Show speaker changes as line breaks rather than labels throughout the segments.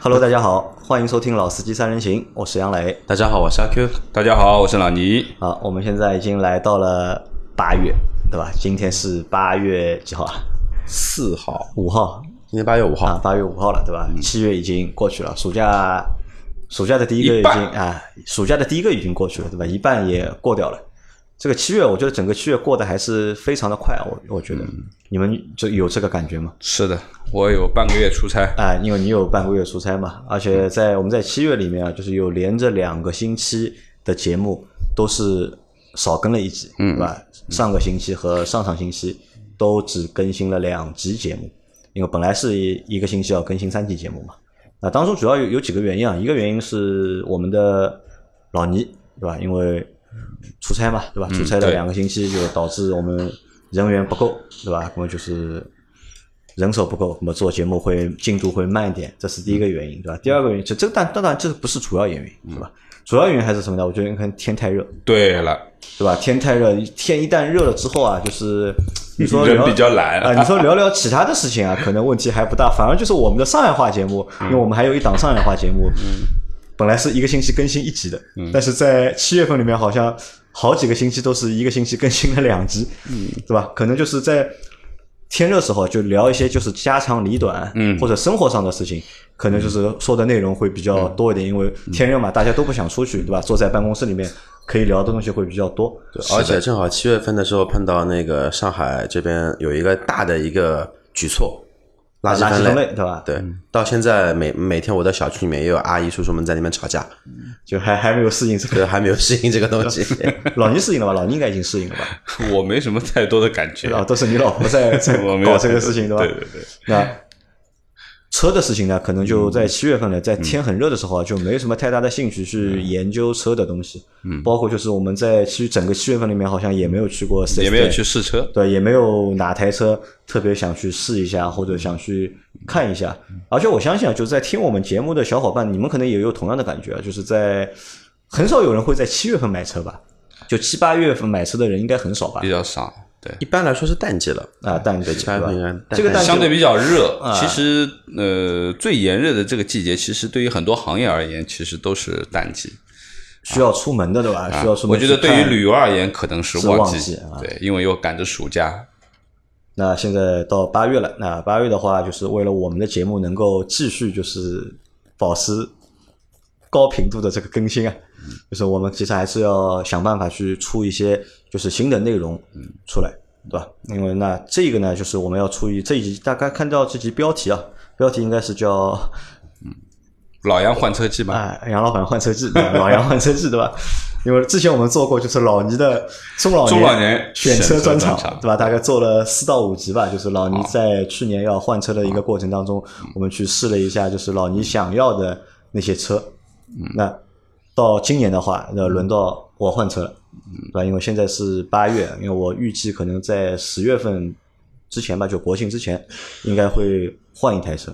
Hello，大家好，欢迎收听《老司机三人行》，我是杨磊。
大家好，我是阿 Q。
大家好，我是老倪。
啊，我们现在已经来到了八月，对吧？今天是八月几号啊？
四号，
五号
今天八月五号，
啊，八月五号了，对吧？
嗯
七月已经过去了，暑假暑假的第一个已经
一半
啊，暑假的第一个已经过去了，对吧？一半也过掉了。这个七月，我觉得整个七月过得还是非常的快，啊我我觉得、
嗯
你们就有这个感觉吗？
是的，我有半个月出差，
啊，因为你有半个月出差嘛，而且在我们在七月里面啊，就是有连着两个星期的节目都是少更了一集，嗯，对吧？上个星期和上上星期都只更新了两集节目，因为本来是一个星期要更新三集节目嘛。那当中主要有有几个原因啊，一个原因是我们的老倪，对吧？因为出差嘛，对吧？出差了
嗯对
两个星期，就导致我们人员不够，对吧？那么就是人手不够，那么做节目会进度会慢一点，这是第一个原因，对吧？第二个原因，这这个但当然这不是主要原因，对吧？主要原因还是什么呢？我觉得可能天太热，
对了，
对吧？天太热，天一旦热了之后啊， 就是你说
人
聊
比较懒
啊、你说聊聊其他的事情啊，可能问题还不大，反而就是我们的上海话节目，因为我们还有一档上海话节目，
嗯
本来是一个星期更新一集的，但是在七月份里面好像好几个星期都是一个星期更新了两集，
嗯
对吧？可能就是在天热时候就聊一些就是家长里短，
嗯
或者生活上的事
嗯
情，可能就是说的内容会比较多一点，因为天热嘛，大家都不想出去，对吧？坐在办公室里面可以聊的东西会比较多，
对而且正好七月份的时候碰到那个上海这边有一个大的一个举措，垃圾
垃圾
分
分类，对吧？
对，到现在每每天我的小区里面也有阿姨叔叔们在那边吵架，
就还还没有适应这个。
对，还没有适应这个东西。
老倪适应了吧？老倪应该已经适应了吧？
我没什么太多的感觉
啊，。都是你老婆 在在
我没有
搞这个事情，对吧？
对对对，
那车的事情呢，可能就在七月份了，在
嗯
天很热的时候啊，就没什么太大的兴趣去研究车的东西。嗯，包括就是我们在七整个七月份里面，好像也没有去过 4S
也没有
店
去试车。
对，也没有哪台车特别想去试一下或者想去看一下。
嗯
而且我相信啊，就是在听我们节目的小伙伴，你们可能也有同样的感觉啊，就是在很少有人会在七月份买车吧。就七八月份买车的人应该很少吧
比？较少，对，
一般来说是淡季了，
啊，淡季
对七八月份应该
吧
淡？
这个
淡
淡季
相对比较热
啊。
其实，呃，最炎热的这个季节，其实对于很多行业而言，其实都是淡季。
需要出门的对吧？需要出
啊我
门去
觉
看。
得对于旅游而言，可能是
是
旺
旺季啊
对，因为又赶着暑假，
那现在到八月了，那八月的话，就是为了我们的节目能够继续就是保持高频度的这个更新啊，就是我们其实还是要想办法去出一些就是新的内容出来，对吧？因为那这个呢，就是我们要出于这一集，大概看到这集标题啊，标题应该是叫
老杨换车季嘛，
啊，杨老板换车记，对吧老杨换车记，对吧？因为之前我们做过就是老倪的中老
中老年
选
选
车
车
专
专
场
场，啊
对吧？大概做了四到五集吧，就是老倪在去年要换车的一个过程当中，
嗯
我们去试了一下，就是老倪想要的那些车。
嗯
那到今年的话，那轮到我换车了，
嗯
对吧？因为现在是八月，因为我预计可能在十月份之前吧，就国庆之前，应该会换一台车。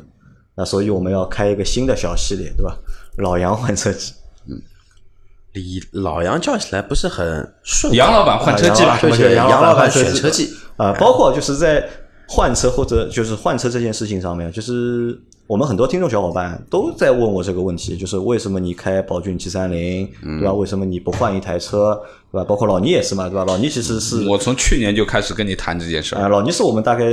那所以我们要开一个新的小系列，对吧？老杨换车机，
李老杨叫起来不是很顺口，
杨老板换车季吧
对
对
哎啊杨
杨
老
老
板
板
选
选
车
车
季
季
啊、包括就是在换车或者就是换车这件事情上面，就是我们很多听众小伙伴都在问我这个问题，就是为什么你开宝骏七三零，对吧？为什么你不换一台车，对吧？包括老倪也是嘛，对吧？老倪其实是
我从去年就开始跟你谈这件事儿
啊、。老倪是我们大概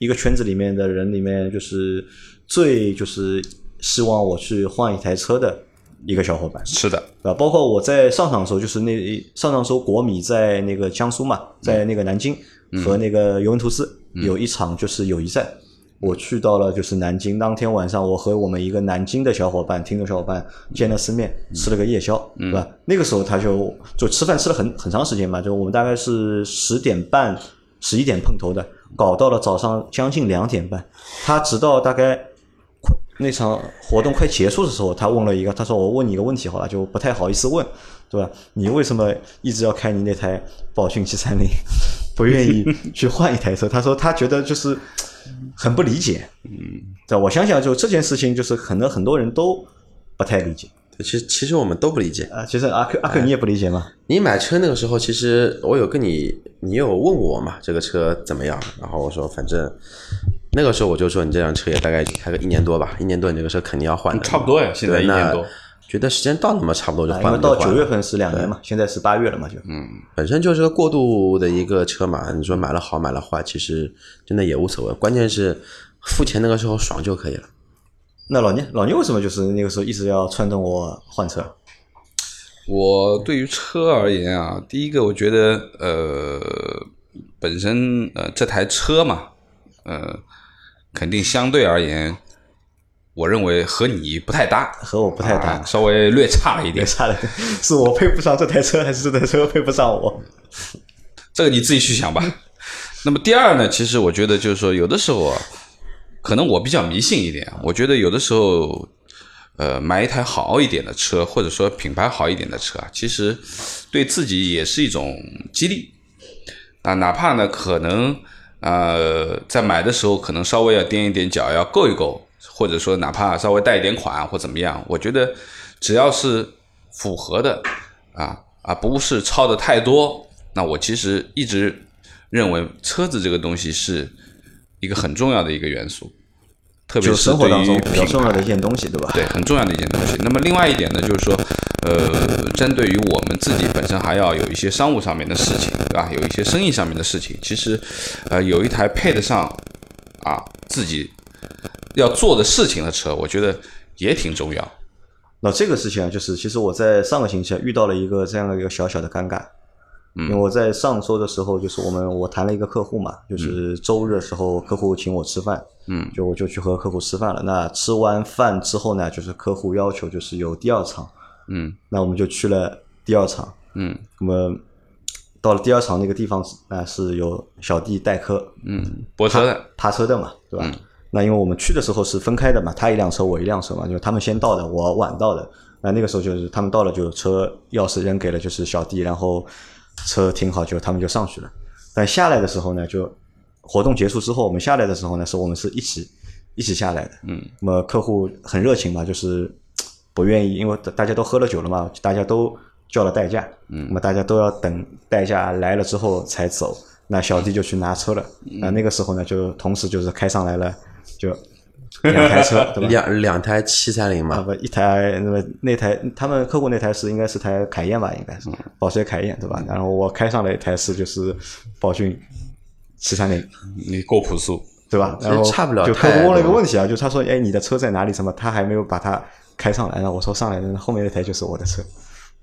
一个圈子里面的人里面，就是最就是希望我去换一台车的一个小伙伴。
是的，
对吧？呃包括我在上场的时候，就是那上场的时候，国米在那个江苏嘛，在那个南京和那个尤文图斯有一场就是友谊赛，我去到了就是南京。当天晚上，我和我们一个南京的小伙伴、听众小伙伴见了次面，吃了个夜宵，对吧？那个时候他就就吃饭吃了很很长时间嘛，就我们大概是十点半、十一点碰头的，搞到了早上将近两点半，他直到大概。那场活动快结束的时候，他问了一个，他说：“我问你一个问题好了，就不太好意思问，对吧？你为什么一直要开你那台宝骏七三零， 不愿意去换一台车？”他说他觉得就是很不理解，嗯，对吧，我想想，就这件事情，就是可能很多人都不太理解
对其实其实我们都不理解。
啊。其实阿克阿
哎
克你也不理解吗？
你买车那个时候，其实我有跟你，你有问过我嘛，这个车怎么样？然后我说反正那个时候我就说，你这辆车也大概开个一年多吧，一年多你这个车肯定要换的。
差不多呀，现在
对
一年
那
多。
觉得时间到了嘛，差不多就
啊因
换了
为
就
到
换
九
了。嗯
月份是两年嘛，现在是八月了嘛，就
本身就是个过渡的一个车嘛，你说买了好买了坏，其实真的也无所谓，关键是付钱那个时候爽就可以了。
那老聂，老聂为什么就是那个时候一直要撺掇我换车？
我对于车而言啊，第一个我觉得呃，本身呃这台车嘛，呃，肯定相对而言，我认为和你不太搭，
和我不太搭
啊，稍微略差了一
也
点。
差了点， 是我配不上这台车，还是这台车配不上我？
这个你自己去想吧。
嗯
那么第二呢，其实我觉得就是说，有的时候啊，可能我比较迷信一点，啊我觉得有的时候，呃，买一台好一点的车，或者说品牌好一点的车啊，其实对自己也是一种激励。啊，哪怕呢，可能呃，在买的时候可能稍微要踮一踮脚，要够一够，或者说哪怕稍微贷一点款或怎么样，我觉得只要是符合的啊啊，不是超的太多，那我其实一直认为车子这个东西是一个很重要的一个元素，特别
就是生活
对
当
于
中比较
品
重要的一件东西，对吧？
对，很重要的一件东西。那么另外一点呢，就是说，呃，针对于我们自己本身还要有一些商务上面的事情，对吧？有一些生意上面的事情，其实，呃，有一台配得上啊自己要做的事情的车，我觉得也挺重要。
那这个事情啊，就是其实我在上个星期啊遇到了一个这样的一个小小的尴尬，因
嗯
为我在上周的时候，就是我们我谈了一个客户嘛，就是周日的时候客户请我吃饭，
嗯，
就我就去和客户吃饭了。那吃完饭之后呢，就是客户要求就是有第二场，
嗯
那我们就去了第二场，
嗯
那么到了第二场那个地方啊，是有小弟代客
嗯，泊车的，
爬车的嘛，对吧？那因为我们去的时候是分开的嘛，他一辆车我一辆车嘛，就是他们先到的，我晚到的。那那个时候就是他们到了，就车钥匙扔给了就是小弟，然后车停好就他们就上去了。但下来的时候呢，就活动结束之后，我们下来的时候呢，是我们是一起一起下来的。
嗯，
那么客户很热情嘛，就是不愿意，因为大家都喝了酒了嘛，大家都叫了代驾，嗯，那么大家都要等代驾来了之后才走。那小弟就去拿车了，那那个时候呢，就同时就是开上来了，就两台车，对吧？
两两台七三零
啊
嗯
嘛，
不，一台那么那台他们客户那台是应该是台凯宴吧，应该是
嗯
保时捷凯宴对吧？然后我开上了一台是就是宝骏七三零
你够朴素。
对吧？
嗯
其实
然后
差不了
就客
太
户问了一个
多
问题啊，就他说哎你的车在哪里什么？他还没有把它开上来呢。我说上来了，后面那台就是我的车，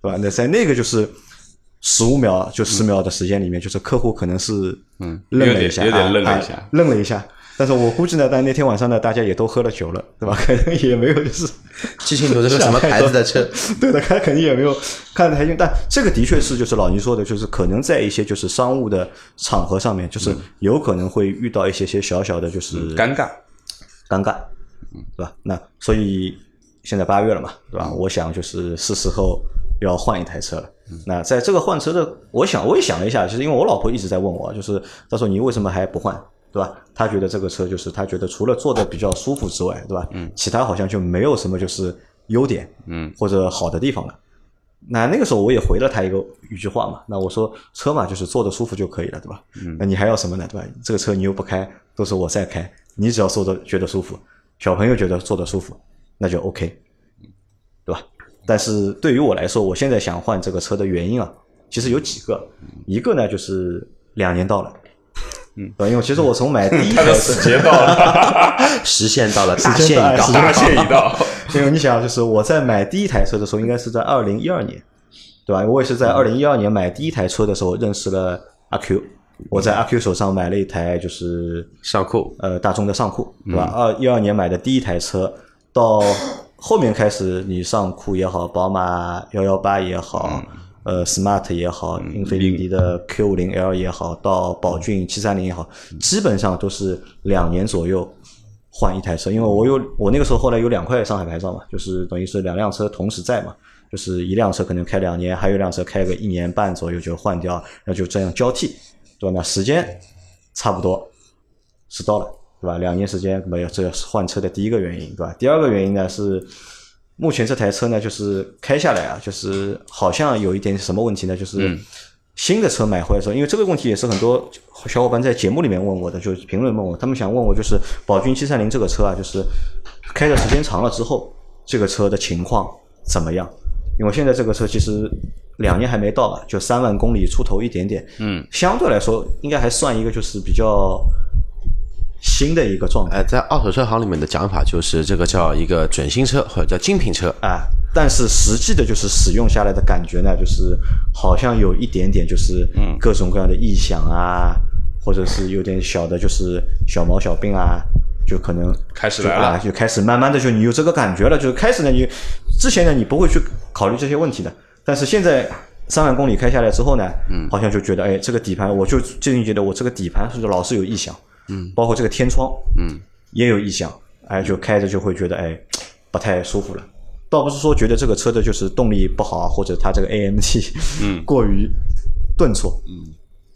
对吧？
嗯
那在那个就是。十五秒就十秒的时间里面，就是客户可能是
嗯
愣
有
了一
点
下，
有点
啊
愣了
啊
一下
愣了一下。但是我估计呢，但那天晚上呢，大家也都喝了酒了，对吧？可能也没有就是
记清楚这是什么牌 子的车。
对的，他肯定也没有看得太清，但这个的确是就是老倪说的，就是可能在一些就是商务的场合上面，就是有可能会遇到一些些小小的就是
嗯尴尬，
嗯尴尬，嗯对吧？那所以现在八月了嘛，对吧？我想就是是时候要换一台车了。那在这个换车的，我想我也想了一下，其实因为我老婆一直在问我，就是她说你为什么还不换，对吧？她觉得这个车就是她觉得除了坐的比较舒服之外，对吧？嗯，其他好像就没有什么就是优点，
嗯，
或者好的地方了。那那个时候我也回了他一个一句话嘛，那我说车嘛就是坐着舒服就可以了，对吧？嗯，那你还要什么呢，对吧？这个车你又不开，都是我在开，你只要坐着觉得舒服，小朋友觉得坐着舒服，那就 OK，对吧？但是对于我来说，我现在想换这个车的原因啊，其实有几个，一个呢就是两年到了，嗯，因为其实我从买第 一台车，
节到了，
实现到了，大
时
限
间到
已
了
到
时。间
限已到。
因为你想， 就是我在买第一台车的时候，应该是在二零一二年，对吧？我也是在二零一二年买第一台车的时候认识了阿 Q，我在阿 Q 手上买了一台就是
上库
呃大众的尚酷，对吧？二一二年买的第一台车，到 后面开始你尚酷也好，宝马幺幺八也好，呃 smart 也好，英菲尼迪的 Q 五零 L 也好，到宝骏七三零也好，基本上都是两年左右。换一台车，因为我有我那个时候后来有两块上海牌照嘛，就是等于是两辆车同时在嘛，就是一辆车可能开两年，还有一辆车开个一年半左右就换掉，然后就这样交替，对吧？那时间差不多是到了，对吧？两年时间没有，这是换车的第一个原因，对吧？第二个原因呢是，目前这台车呢就是开下来啊，就是好像有一点什么问题呢，就是新的车买回来的时候，因为这个问题也是很多小伙伴在节目里面问我的，就是评论问我，他们想问我就是宝骏七三零这个车啊，就是开的时间长了之后，这个车的情况怎么样？因为现在这个车其实两年还没到吧，就三万公里出头一点点，
嗯，
相对来说应该还算一个就是比较新的一个状态。
哎，在二手车行里面的讲法就是这个叫一个准新车或者叫精品车，
啊，但是实际的就是使用下来的感觉呢，就是好像有一点点就是各种各样的异响啊，或者是有点小的就是小毛小病啊，就可能
开始
就
来了
啊，就开始慢慢的就你有这个感觉了，就是开始呢你之前呢你不会去考虑这些问题的，但是现在。三万公里开下来之后呢，嗯，好像就觉得，哎，这个底盘，我就最近觉得我这个底盘是老是有异响，嗯，包括这个天窗，嗯，也有异响，哎，就开着就会觉得，哎，不太舒服了。倒不是说觉得这个车的就是动力不好啊，或者它这个 AMT 嗯 过于顿挫，嗯，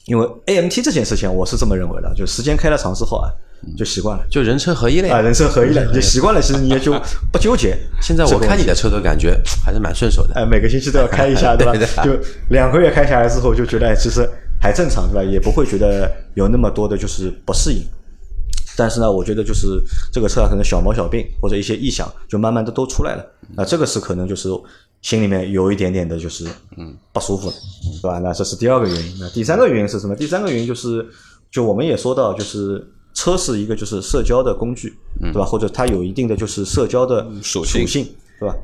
因为 AMT 这件事情我是这么认为的，就时间开了长之后啊，就习惯了。
就人车合一类。
啊，人生合一了，你就习惯了，其实你也就不纠结。
现在我开你的车都感觉还是蛮顺手的。
哎，每个星期都要开一下，对吧？就两个月开下来之后，就觉得哎，其实还正常，对吧？也不会觉得有那么多的就是不适应。但是呢，我觉得就是这个车啊，可能小毛小病或者一些异响，就慢慢的都出来了。那这个是可能就是心里面有一点点的就是嗯不舒服，对吧？那这是第二个原因。那第三个原因是什么？第三个原因就是，就我们也说到，就是车是一个就是社交的工具，对吧？或者它有一定的就是社交的
属性
性，对吧？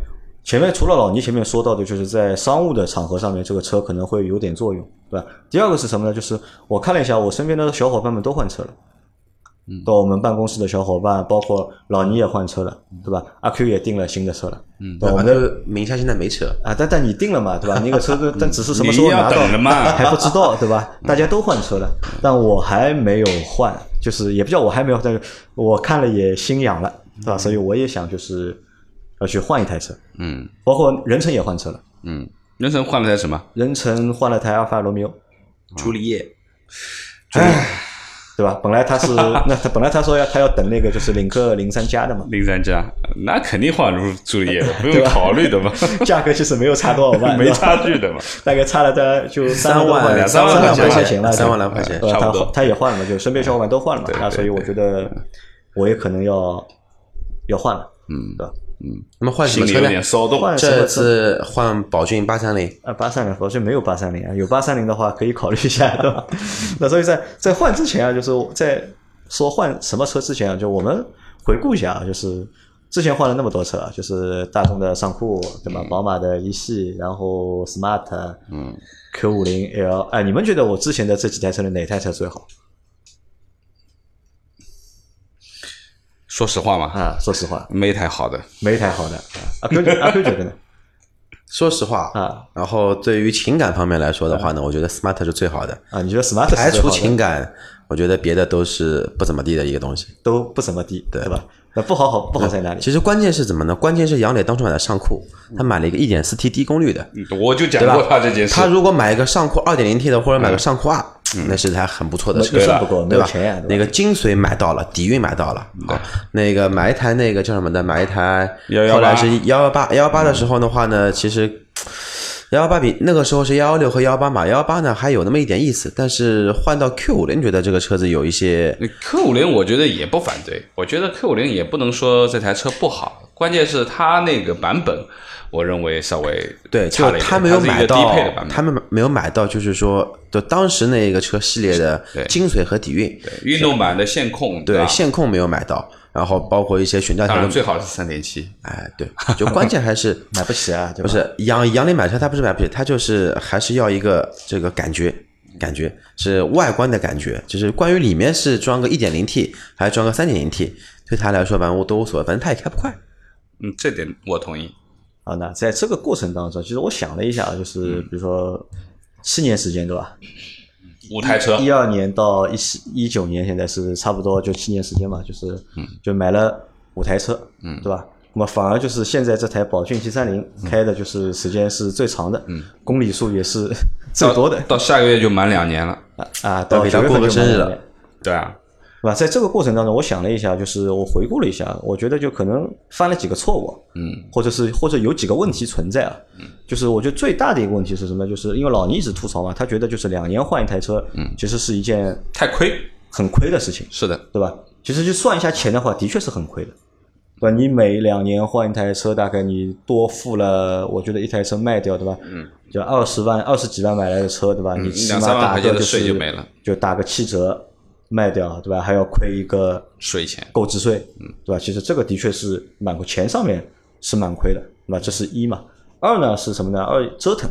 前面除了老倪前面说到的，就是在商务的场合上面，这个车可能会有点作用，对吧？第二个是什么呢？就是我看了一下，我身边的小伙伴们都换车了。
嗯
到我们办公室的小伙伴，包括老倪也换车了，
嗯
对吧？阿 Q 也订了新的车了，嗯，对吧，我
反
们
正名下现在没车，
啊，但但你定了嘛，对吧？那个车 子，但只是什么时候
你要
拿到
等着嘛 嗯
还不知道，对吧？大家都换车了，但我还没有换，就是也不叫我还没有，但是我看了也心痒了，对吧？所以我也想就是要去换一台车，
嗯
包括任晨也换车了，
嗯，人生换了台什么？
任晨换了台阿尔法罗密欧，
朱丽叶，
对吧？本来他 是那他本来他说要他要等那个就是领克零三加的嘛，
零三加，那肯定换入注意了，不用考虑的嘛，
价格其实没有差多少万，
没
对吧
差距 的嘛。
大概差了大概就三
万
万
两
三
三万
万
块
块钱
钱
了，
三万
对
来块钱
呃
差
他
不多
他也换了嘛，就身边小伙伴都换了嘛，那所以我觉得我也可能要要换了，嗯，对吧？
那么换什
心
么
里
车
有
呢？
点骚动。
换什
这
么车？
次换宝骏八三零，
啊，八三零，好像没有八三零啊，有八三零的话可以考虑一下，对吧？ 那所以在在换之前啊，就是在说换什么车之前啊，就我们回顾一下啊，就是之前换了那么多车啊，就是大众的尚酷，对
嗯
吧？宝马的一系，然后 smart，嗯，Q 五零 L，哎，你们觉得我之前的这几台车里哪台车最好？
说实话嘛，
啊，说实话，
没台好的，
没一台好的。啊阿 Q 觉阿 Q 觉得呢？
说实话
啊，
然后对于情感方面来说的话呢，我觉得 smart 是最好的，
啊，你觉得 smart 是最
排
好的
除情感，我觉得别的都是不怎么地的一个东西。
都不怎么地，对吧？那不好好不好在哪里？
其实关键是怎么呢？关键是杨磊当初买的尚酷，他买了一个 1.4T 低功率的，
我就讲
嗯对吧
过他这件事。
他如果买一个尚酷 2.0T 的或者买个尚酷 R，那
嗯
是台很不错的车
预算不够，没
对
有
吧
钱
啊
呀，？
那
对吧
个精髓买到了，底蕴买到了
嗯
啊。那个买一台那个叫什么的，买一台
118
后来是幺幺八幺幺八的时候的话呢，其实幺幺八比那个时候是幺幺六和幺幺八嘛，幺幺八呢还有那么一点意思，但是换到 Q 五零，觉得这个车子有一些
Q 五零我觉得也不反对，我觉得 Q 五零也不能说这台车不好，关键是它那个版本，我认为稍微
对，
差
就
了一点，
他没有
它是一
买
个
到
低配的版，本，
他们没有买到，就是说，就当时那个车系列的
对
精髓和底蕴，
对运动版的线控，
对
吧
线控没有买到，然后包括一些悬架
当
条
然
的，
最好是三点七，
哎，对，就关键还是
买不起啊，对
不
吧？
是杨杨磊买车，他不是买不起，他就是还是要一个这个感觉，感觉是外观的感觉，就是关于里面是装个一点零 T 还是装个三点零 T，对他来说反正我都无所谓，反正他也开不快。
嗯，这点我同意。
好，啊那在这个过程当中，其实我想了一下，
嗯
就是比如说七年时间，对吧？
嗯
五台
啊
车，
一二年到一一九年，现在是差不多就七年时间嘛，就是
嗯
就买了五台车，嗯，对吧？那么反而就是现在这台宝骏七三零
嗯
开的就是时间是最长的，嗯，公里数也是 最多的
到下个月就满两年了，
啊，到
给
九
他
月
过
份
个
就
生
满
日
两
了
年
对啊，
对吧？在这个过程当中，我想了一下，就是我回顾了一下，我觉得就可能犯了几个错误，啊
嗯，
或者是或者有几个问题存在啊。就是我觉得最大的一个问题是什么？就是因为老倪一直吐槽嘛，他觉得就是两年换一台车，嗯，其实是一件
太亏，
很亏的事情，
是的，
对吧？其实就算一下钱的话，的确是很亏的，对吧？你每两年换一台车，大概你多付了，我觉得一台车卖掉，对吧？嗯，就二十万、二十几万买来的车，对吧？你起
嗯两
码
三万
打
块
个
钱的
就
税
是
就没了，
就打个七折卖掉，对吧？还要亏一个
税前，
购置税，对吧？其实这个的确是蛮亏，钱上面是蛮亏的，那这是一嘛。二呢是什么呢？二折腾，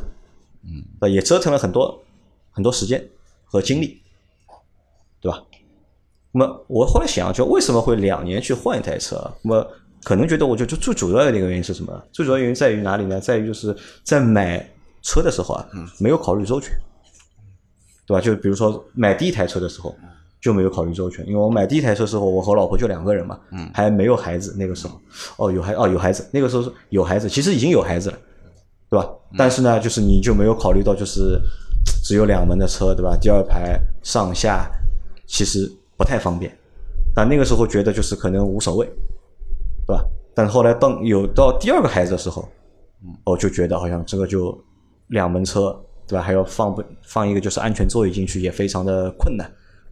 嗯，也折腾了很多很多时间和精力，对吧？那么我后来想，就为什么会两年去换一台车？那么可能觉得，我觉得最主要的一个原因是什么？最主要原因在于哪里呢？在于就是在买车的时候啊，没有考虑周全，对吧？就比如说买第一台车的时候就没有考虑周全，因为我买第一台车的时候，我和老婆就两个人嘛，还没有孩子那个时候，哦有孩哦有孩子，那个时候是有孩子，其实已经有孩子了，对吧？但是呢，就是你就没有考虑到，就是只有两门的车，对吧？第二排上下其实不太方便，但那个时候觉得就是可能无所谓，对吧？但后来当有到第二个孩子的时候，我就觉得好像这个就两门车，对吧？还要放不放一个就是安全座椅进去，也非常的困难，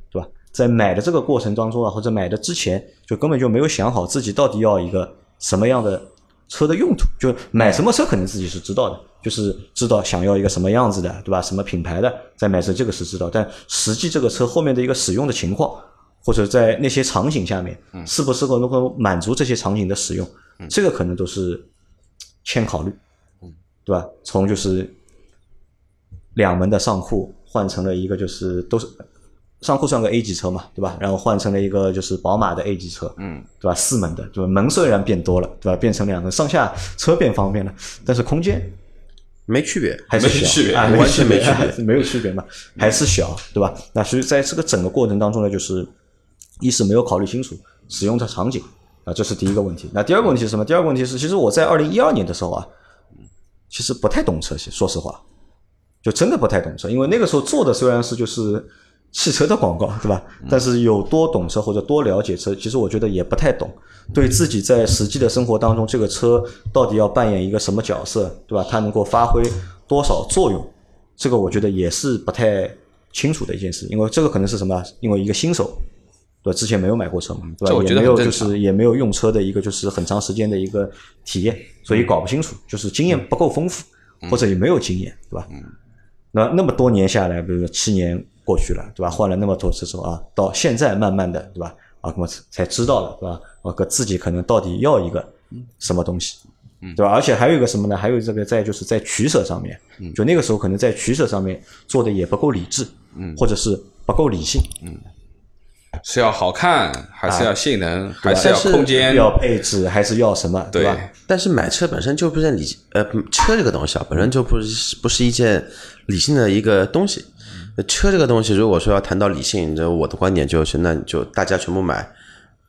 对吧？在买的这个过程当中啊，或者买的之前，就根本就没有想好自己到底要一个什么样的车的用途，就买什么车肯定自己是知道的，就是知道想要一个什么样子的，对吧？什么品牌的，在买车这个是知道，但实际这个车后面的一个使用的情况，或者在那些场景下面，是不是能够满足这些场景的使用，这个可能都是欠考虑。对吧？从就是两门的上酷换成了一个就是都是上酷算个 A 级车嘛，对吧？然后换成了一个就是宝马的 A 级车，
嗯，
对吧？四门的，对吧？门虽然变多了，对吧？变成两个上下车变方便了，但是空间
没区别，
还是
没
小，
区别
啊、
完全
没
没区别
别， 没有区别嘛，还是小，对吧？那所以在这个整个过程当中呢，就是一是没有考虑清楚使用的场景啊，这是第一个问题。那第二个问题是什么？第二个问题是，其实我在二零一二年的时候啊，其实不太懂车，说实话，就真的不太懂车，因为那个时候做的虽然是就是汽车的广告，对吧？
嗯
但是有多懂车或者多了解车，其实我觉得也不太懂，对自己在实际的生活当中，这个车到底要扮演一个什么角色，对吧？它能够发挥多少作用，这个我觉得也是不太清楚的一件事，因为这个可能是什么啊？因为一个新手。对，吧？之前没有买过车嘛，对吧？
这我觉得
也没有
很正
就
常
是也没有用车的一个就是很长时间的一个体验，所以
嗯
搞不清楚，就是经验不够丰富，或者也没有经验，对吧？那那么多年下来，比如说七年过去了，对吧？换了那么多次之后啊，到现在慢慢的，对吧？啊，那么才知道了，对吧？啊，可自己可能到底要一个什么东西，
嗯
对吧？而且还有一个什么呢？还有这个在就是在取舍上面，
嗯
就那个时候可能在取舍上面做的也不够理智，嗯，或者是不够理性，
是要好看，还是要性能，还是
啊但
要
是
空间，
要配置还是要什么，
对
吧？
但是买车本身就不是理呃车这个东西啊，本身就不是不是一件理性的一个东西。车这个东西，如果说要谈到理性，这我的观点就是，那就大家全部买，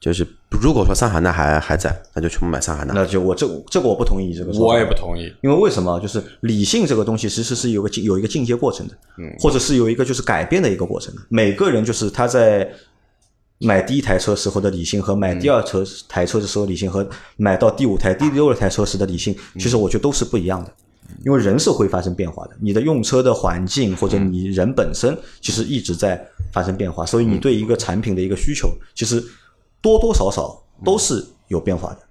就是如果说桑塔纳还还在，那就全部买桑塔纳。
那就我这这个我不同意这个说法，
我也不同意。
因为为什么？就是理性这个东西其实是有个进有一个进阶过程的，或者是有一个就是改变的一个过程的。每个人就是他在买第一台车时候的理性和买第二车台车的时候理性和买到第五台、第六台车时的理性，其实我觉得都是不一样的。因为人是会发生变化的，你的用车的环境或者你人本身其实一直在发生变化，所以你对一个产品的一个需求，其实多多少少都是有变化的。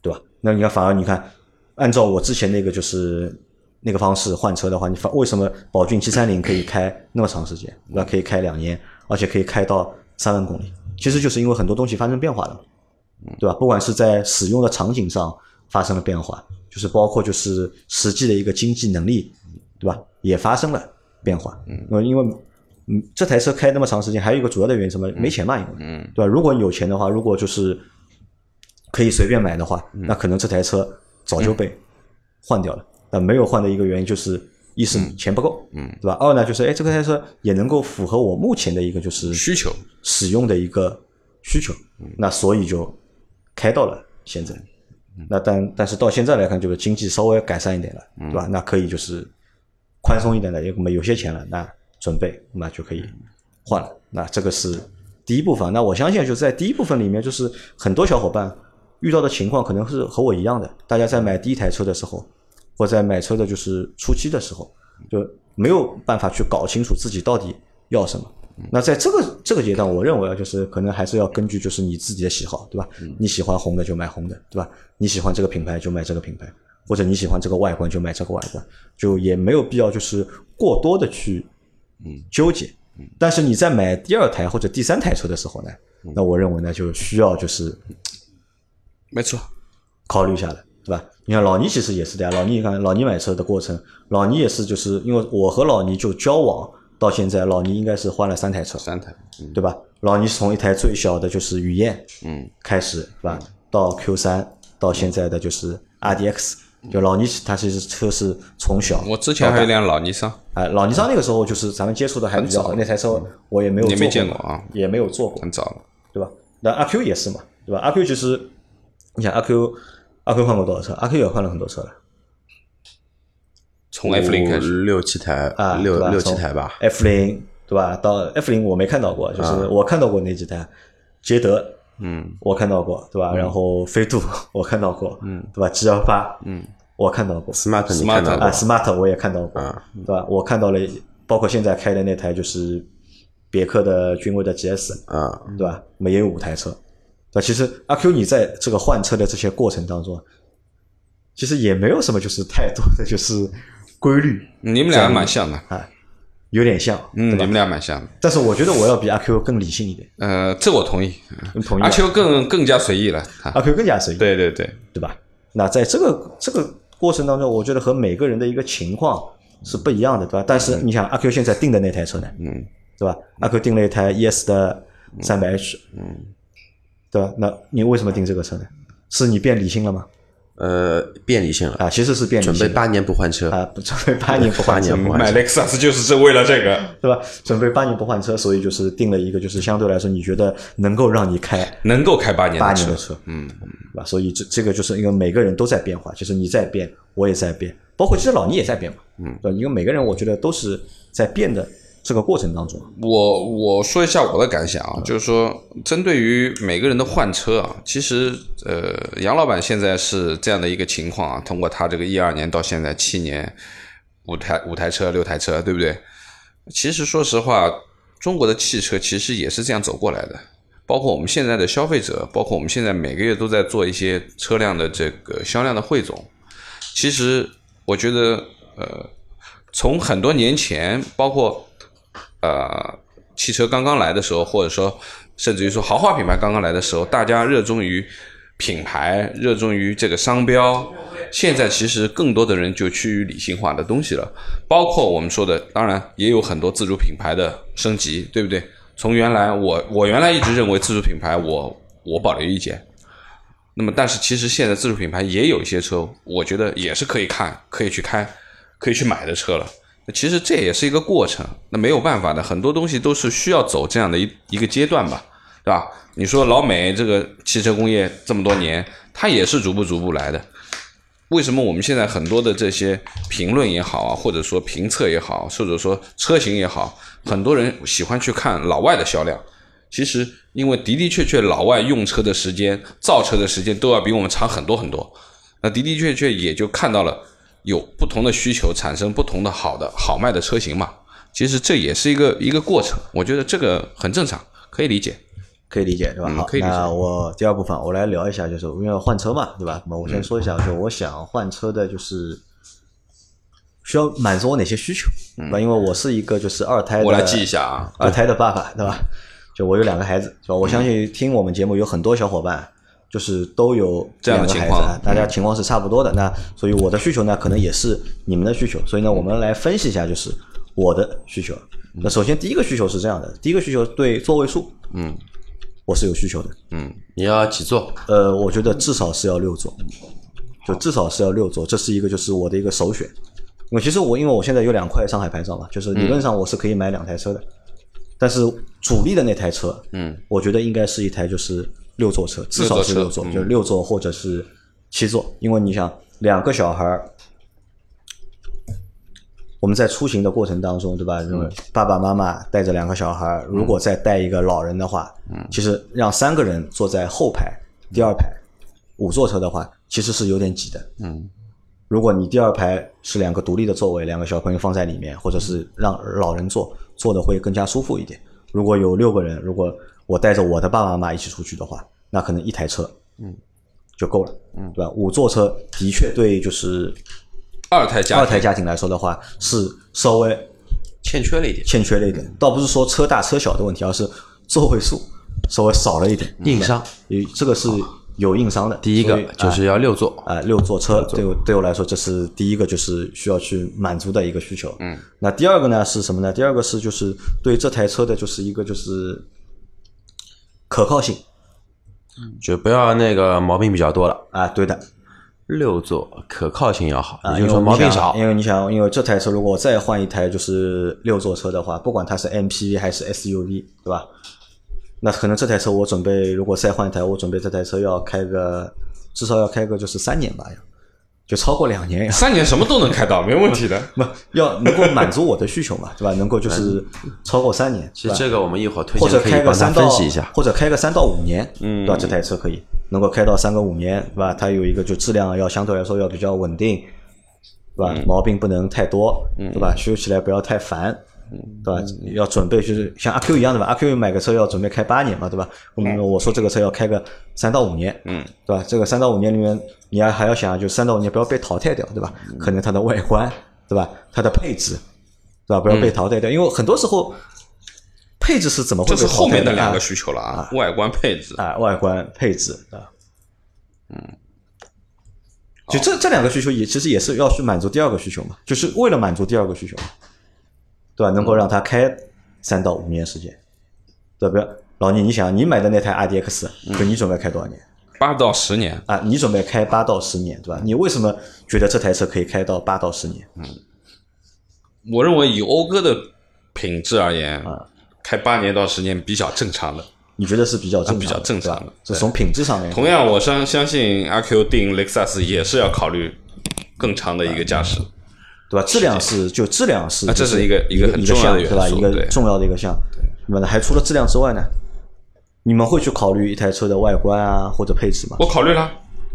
对吧？那你看，反而你看，按照我之前那个就是那个方式换车的话，你反为什么宝骏七三零可以开那么长时间，对吧？可以开两年，而且可以开到三万公里，其实就是因为很多东西发生变化了，对吧？不管是在使用的场景上发生了变化，就是包括就是实际的一个经济能力，对吧？也发生了变化。嗯，因为嗯这台车开那么长时间，还有一个主要的原因是什么？没钱嘛，因为
嗯，
对吧？如果有钱的话，如果就是可以随便买的话，
嗯
那可能这台车早就被换掉了。但没有换的一个原因就是，一是钱不够，
嗯，
对吧？二呢就是，哎，这个台车也能够符合我目前的一个就是
需求
使用的一个需求，那所以就开到了现在。那但但是到现在来看，就是经济稍微改善一点了，对吧？那可以就是宽松一点的，有有些钱了，那准备那就可以换了。那这个是第一部分。那我相信就在第一部分里面，就是很多小伙伴遇到的情况可能是和我一样的。大家在买第一台车的时候，或在买车的就是初期的时候，就没有办法去搞清楚自己到底要什么。那在这个这个阶段，我认为啊，就是可能还是要根据就是你自己的喜好，对吧？你喜欢红的就买红的，对吧？你喜欢这个品牌就买这个品牌，或者你喜欢这个外观就买这个外观，就也没有必要就是过多的去嗯纠结。但是你在买第二台或者第三台车的时候呢，那我认为呢就需要就是
没错，
考虑一下的，对吧？你看老倪其实也是的呀，老倪你看老倪买车的过程，老倪也是就是因为我和老倪就交往到现在，老倪应该是换了三台车，
三台，嗯
对吧？老倪是从一台最小的就是雨燕
嗯，
开始，是吧？到 Q 三到现在的就是 RDX，就老倪他其实车是从小
嗯我之前还有一辆老尼桑，
哎，老尼桑那个时候就是咱们接触的还比较好，那台车我也没有
你没
坐
见过啊
也没有做过，
很早了，
对吧？那阿 Q 也是嘛，对吧？阿 Q 其实你想阿 Q 阿 Q 换过多少车？阿 Q 也换了很多车了。
从 F 零开始，
五六七台
啊，
六
对吧
六七台吧，
从 F 零对吧？到 F 零我没看到过，就是我看到过那几台，捷德
啊嗯
我看到过，对吧？然后飞度我看到过，嗯，对吧？G 幺八
嗯，
我看到过，
smart 你看到
啊
过？
，smart 我也看到过，
啊
对吧？我看到了，包括现在开的那台就是别克的君威的 GS，
啊，
对
嗯
吧？我们也有五台车，对吧？其实阿 Q 你在这个换车的这些过程当中，其实也没有什么就是太多的就是规律，啊
你们俩还蛮像的，
有点像，
嗯，
对
你
吧？
们俩蛮像的，
但是我觉得我要比阿 Q 更理性一点，
呃，这我同意，
你同意吧
阿？秋更更加随意了，他
阿 Q 更加随意，
对对对，
对吧？那在这个这个过程当中，我觉得和每个人的一个情况是不一样的，对吧？但是你想，阿 Q 现在订的那台车呢，
嗯，
对吧？阿 Q 订了一台 ES 的三百 H，嗯，对吧？那你为什么订这个车呢？是你变理性了吗？
呃，变理性了，
啊，其实是变理
准备
性了
八年不换车，
啊，不 准备八年不换车
八，年不换
买 Lexus 就是这为了这个，
对吧？准备八年不换车，所以就是定了一个，就是相对来说你觉得能够让你开
能够开八年
八
的
年
车
的，车，
嗯，
对吧？所以这这个就是因为每个人都在变化，就是你在变，我也在变，包括其实老倪也在变嘛，嗯，对吧，因为每个人我觉得都是在变的这个过程当中，
我我说一下我的感想啊，就是说，针对于每个人的换车啊，其实呃，杨老板现在是这样的一个情况啊，通过他这个一二年到现在七年，五台五台车六台车，对不对？其实说实话，中国的汽车其实也是这样走过来的，包括我们现在的消费者，包括我们现在每个月都在做一些车辆的这个销量的汇总，其实我觉得，呃，从很多年前，包括呃汽车刚刚来的时候，或者说甚至于说豪华品牌刚刚来的时候，大家热衷于品牌，热衷于这个商标。现在其实更多的人就趋于理性化的东西了，包括我们说的，当然也有很多自主品牌的升级，对不对？从原来我我原来一直认为自主品牌我我保留意见，那么，但是其实现在自主品牌也有一些车，我觉得也是可以看、可以去开、可以去买的车了。那其实这也是一个过程，那没有办法的，很多东西都是需要走这样的一一个阶段吧，对吧？你说老美这个汽车工业这么多年，它也是逐步逐步来的。为什么我们现在很多的这些评论也好啊，或者说评测也好，或者说车型也好，很多人喜欢去看老外的销量，其实，因为的的确确，老外用车的时间、造车的时间都要比我们长很多很多。那的的确确也就看到了有不同的需求产生不同的好的好卖的车型嘛。其实这也是一个一个过程，我觉得这个很正常，可以理解。
可以理解对吧？
嗯
好，
可以理解
那我第二部分我来聊一下，就是因为换车嘛，对吧？那么
嗯
我先说一下，就我想换车的，就是需要满足我哪些需求，对吧？因为我是一个就是二胎的，
嗯我来记一下啊，
二胎的爸爸，对吧？就我有两个孩子，
嗯
是吧？我相信听我们节目有很多小伙伴，就是都有
这
两个
样的情
孩
况嗯
子啊大家情况是差不多的。那所以我的需求呢，可能也是你们的需求。所以呢，我们来分析一下，就是我的需求。
嗯
那首先第一个需求是这样的，第一个需求对座位数，嗯，我是有需求的。
嗯你要几座？
呃，我觉得至少是要六座，就至少是要六座，这是一个就是我的一个首选。我其实我因为我现在有两块上海牌照嘛，就是
嗯
理论上我是可以买两台车的，但是主力的那台车，
嗯，
我觉得应该是一台就是六座车，至少是
六
六座，
座车嗯
就六座或者是七座，因为你想两个小孩儿我们在出行的过程当中，对吧？
嗯
如果爸爸妈妈带着两个小孩，如果再带一个老人的话，
嗯
其实让三个人坐在后排第二排五座车的话，其实是有点挤的。
嗯，
如果你第二排是两个独立的座位，两个小朋友放在里面，或者是让老人坐，坐的会更加舒服一点。如果有六个人，如果我带着我的爸爸妈妈一起出去的话，那可能一台车，
嗯，
就够了，嗯，对吧？五座车的确对就是
二胎家庭
二胎家庭来说的话，是稍微
欠缺了一点
欠缺了一
嗯
点，倒不是说车大车小的问题，而是座位数稍微少了一点，
硬伤。
有这个是有硬伤的。
第一
所
个
嗯以
就是要六座，
啊、六座车对我对我来说，这是第一个，就是需要去满足的一个需求。
嗯，
那第二个呢是什么呢？第二个是就是对这台车的就是一个就是可靠性
就不要那个毛病比较多了。
啊，对的
六座可靠性要好，
啊，
也
因
就是
为
说
你
毛病
想
少。
因为你想，因为这台车如果我再换一台就是六座车的话，不管它是 MPV 还是 SUV，对吧？那可能这台车我准备，如果再换一台，我准备这台车要开个至少要开个就是三年吧，要就超过两年要。
三年什么都能开到，没问题的。
不要能够满足我的需求嘛，对吧？能够就是超过三年，对
其实
吧
这个我们一会儿推
或者
荐可
开
以
个
帮他
三到
分析一下。嗯
或者开个三到五年，对吧？这台车可以能够开到三个五年，对吧？它有一个就质量要相对来说要比较稳定，对吧？
嗯
毛病不能太多，对吧？修起来不要太烦。
嗯
对吧？要准备就是像阿 Q 一样的吧，阿 Q 买个车要准备开八年嘛，对吧？我们我说这个车要开个三到五年，
嗯，
对吧？这个三到五年里面，你还还要想，啊就三到五年不要被淘汰掉，对吧？
嗯
可能它的外观，对吧？它的配置，对吧？不
嗯
要被淘汰掉，因为很多时候配置是怎么会
这
被
是后面的两个
淘
需求了啊，外观配置
汰的。啊，啊外观配置啊，嗯，就这这两个需求也其实也是要去满足第二个需求嘛，就是为了满足第二个需求嘛，对吧？能
嗯
够让它开三到五年时间，对吧？老聂，你想你买的那台 RDX，就
嗯
你准备开多少年？
八到十年，
啊，你准备开八到十年，对吧？你为什么觉得这台车可以开到八到十年？
我认为以讴歌的品质而言
啊，
开八年到十年比较正常的。
你觉得是比较正常的、
啊比较正常的
对吧？这从品质上面，
同样，我相相信阿 Q 定雷克萨斯也是要考虑更长的一个驾驶。
对吧？质量是就质量是
啊，这是一个
一
一个很
一
重要
项
的元
对吧？
素
一个
对
重要的一个项。那么呢还除了质量之外呢，你们会去考虑一台车的外观啊或者配置吗？
我考虑了。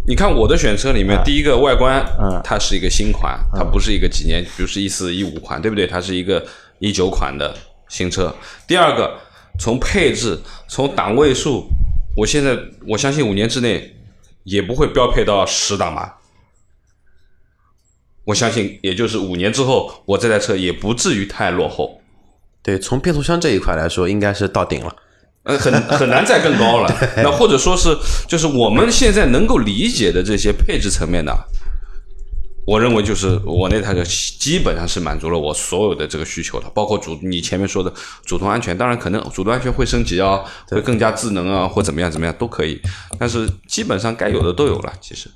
你看我的选车里面，第一个外观
嗯，
它是一个新款，它不是一个几年，比如是一四一五款，对不对？它是一个一九款的新车。第二个，从配置，从档位数，我现在我相信五年之内也不会标配到十档吧。我相信，也就是五年之后，我这台车也不至于太落后。
对，从变速箱这一块来说，应该是到顶了。
呃，很 很难再更高了。那或者说是，就是我们现在能够理解的这些配置层面的，我认为就是我那台车基本上是满足了我所有的这个需求的，包括主你前面说的主动安全，当然可能主动安全会升级啊，会更加智能啊，或怎么样怎么样都可以，但是基本上该有的都有了，其实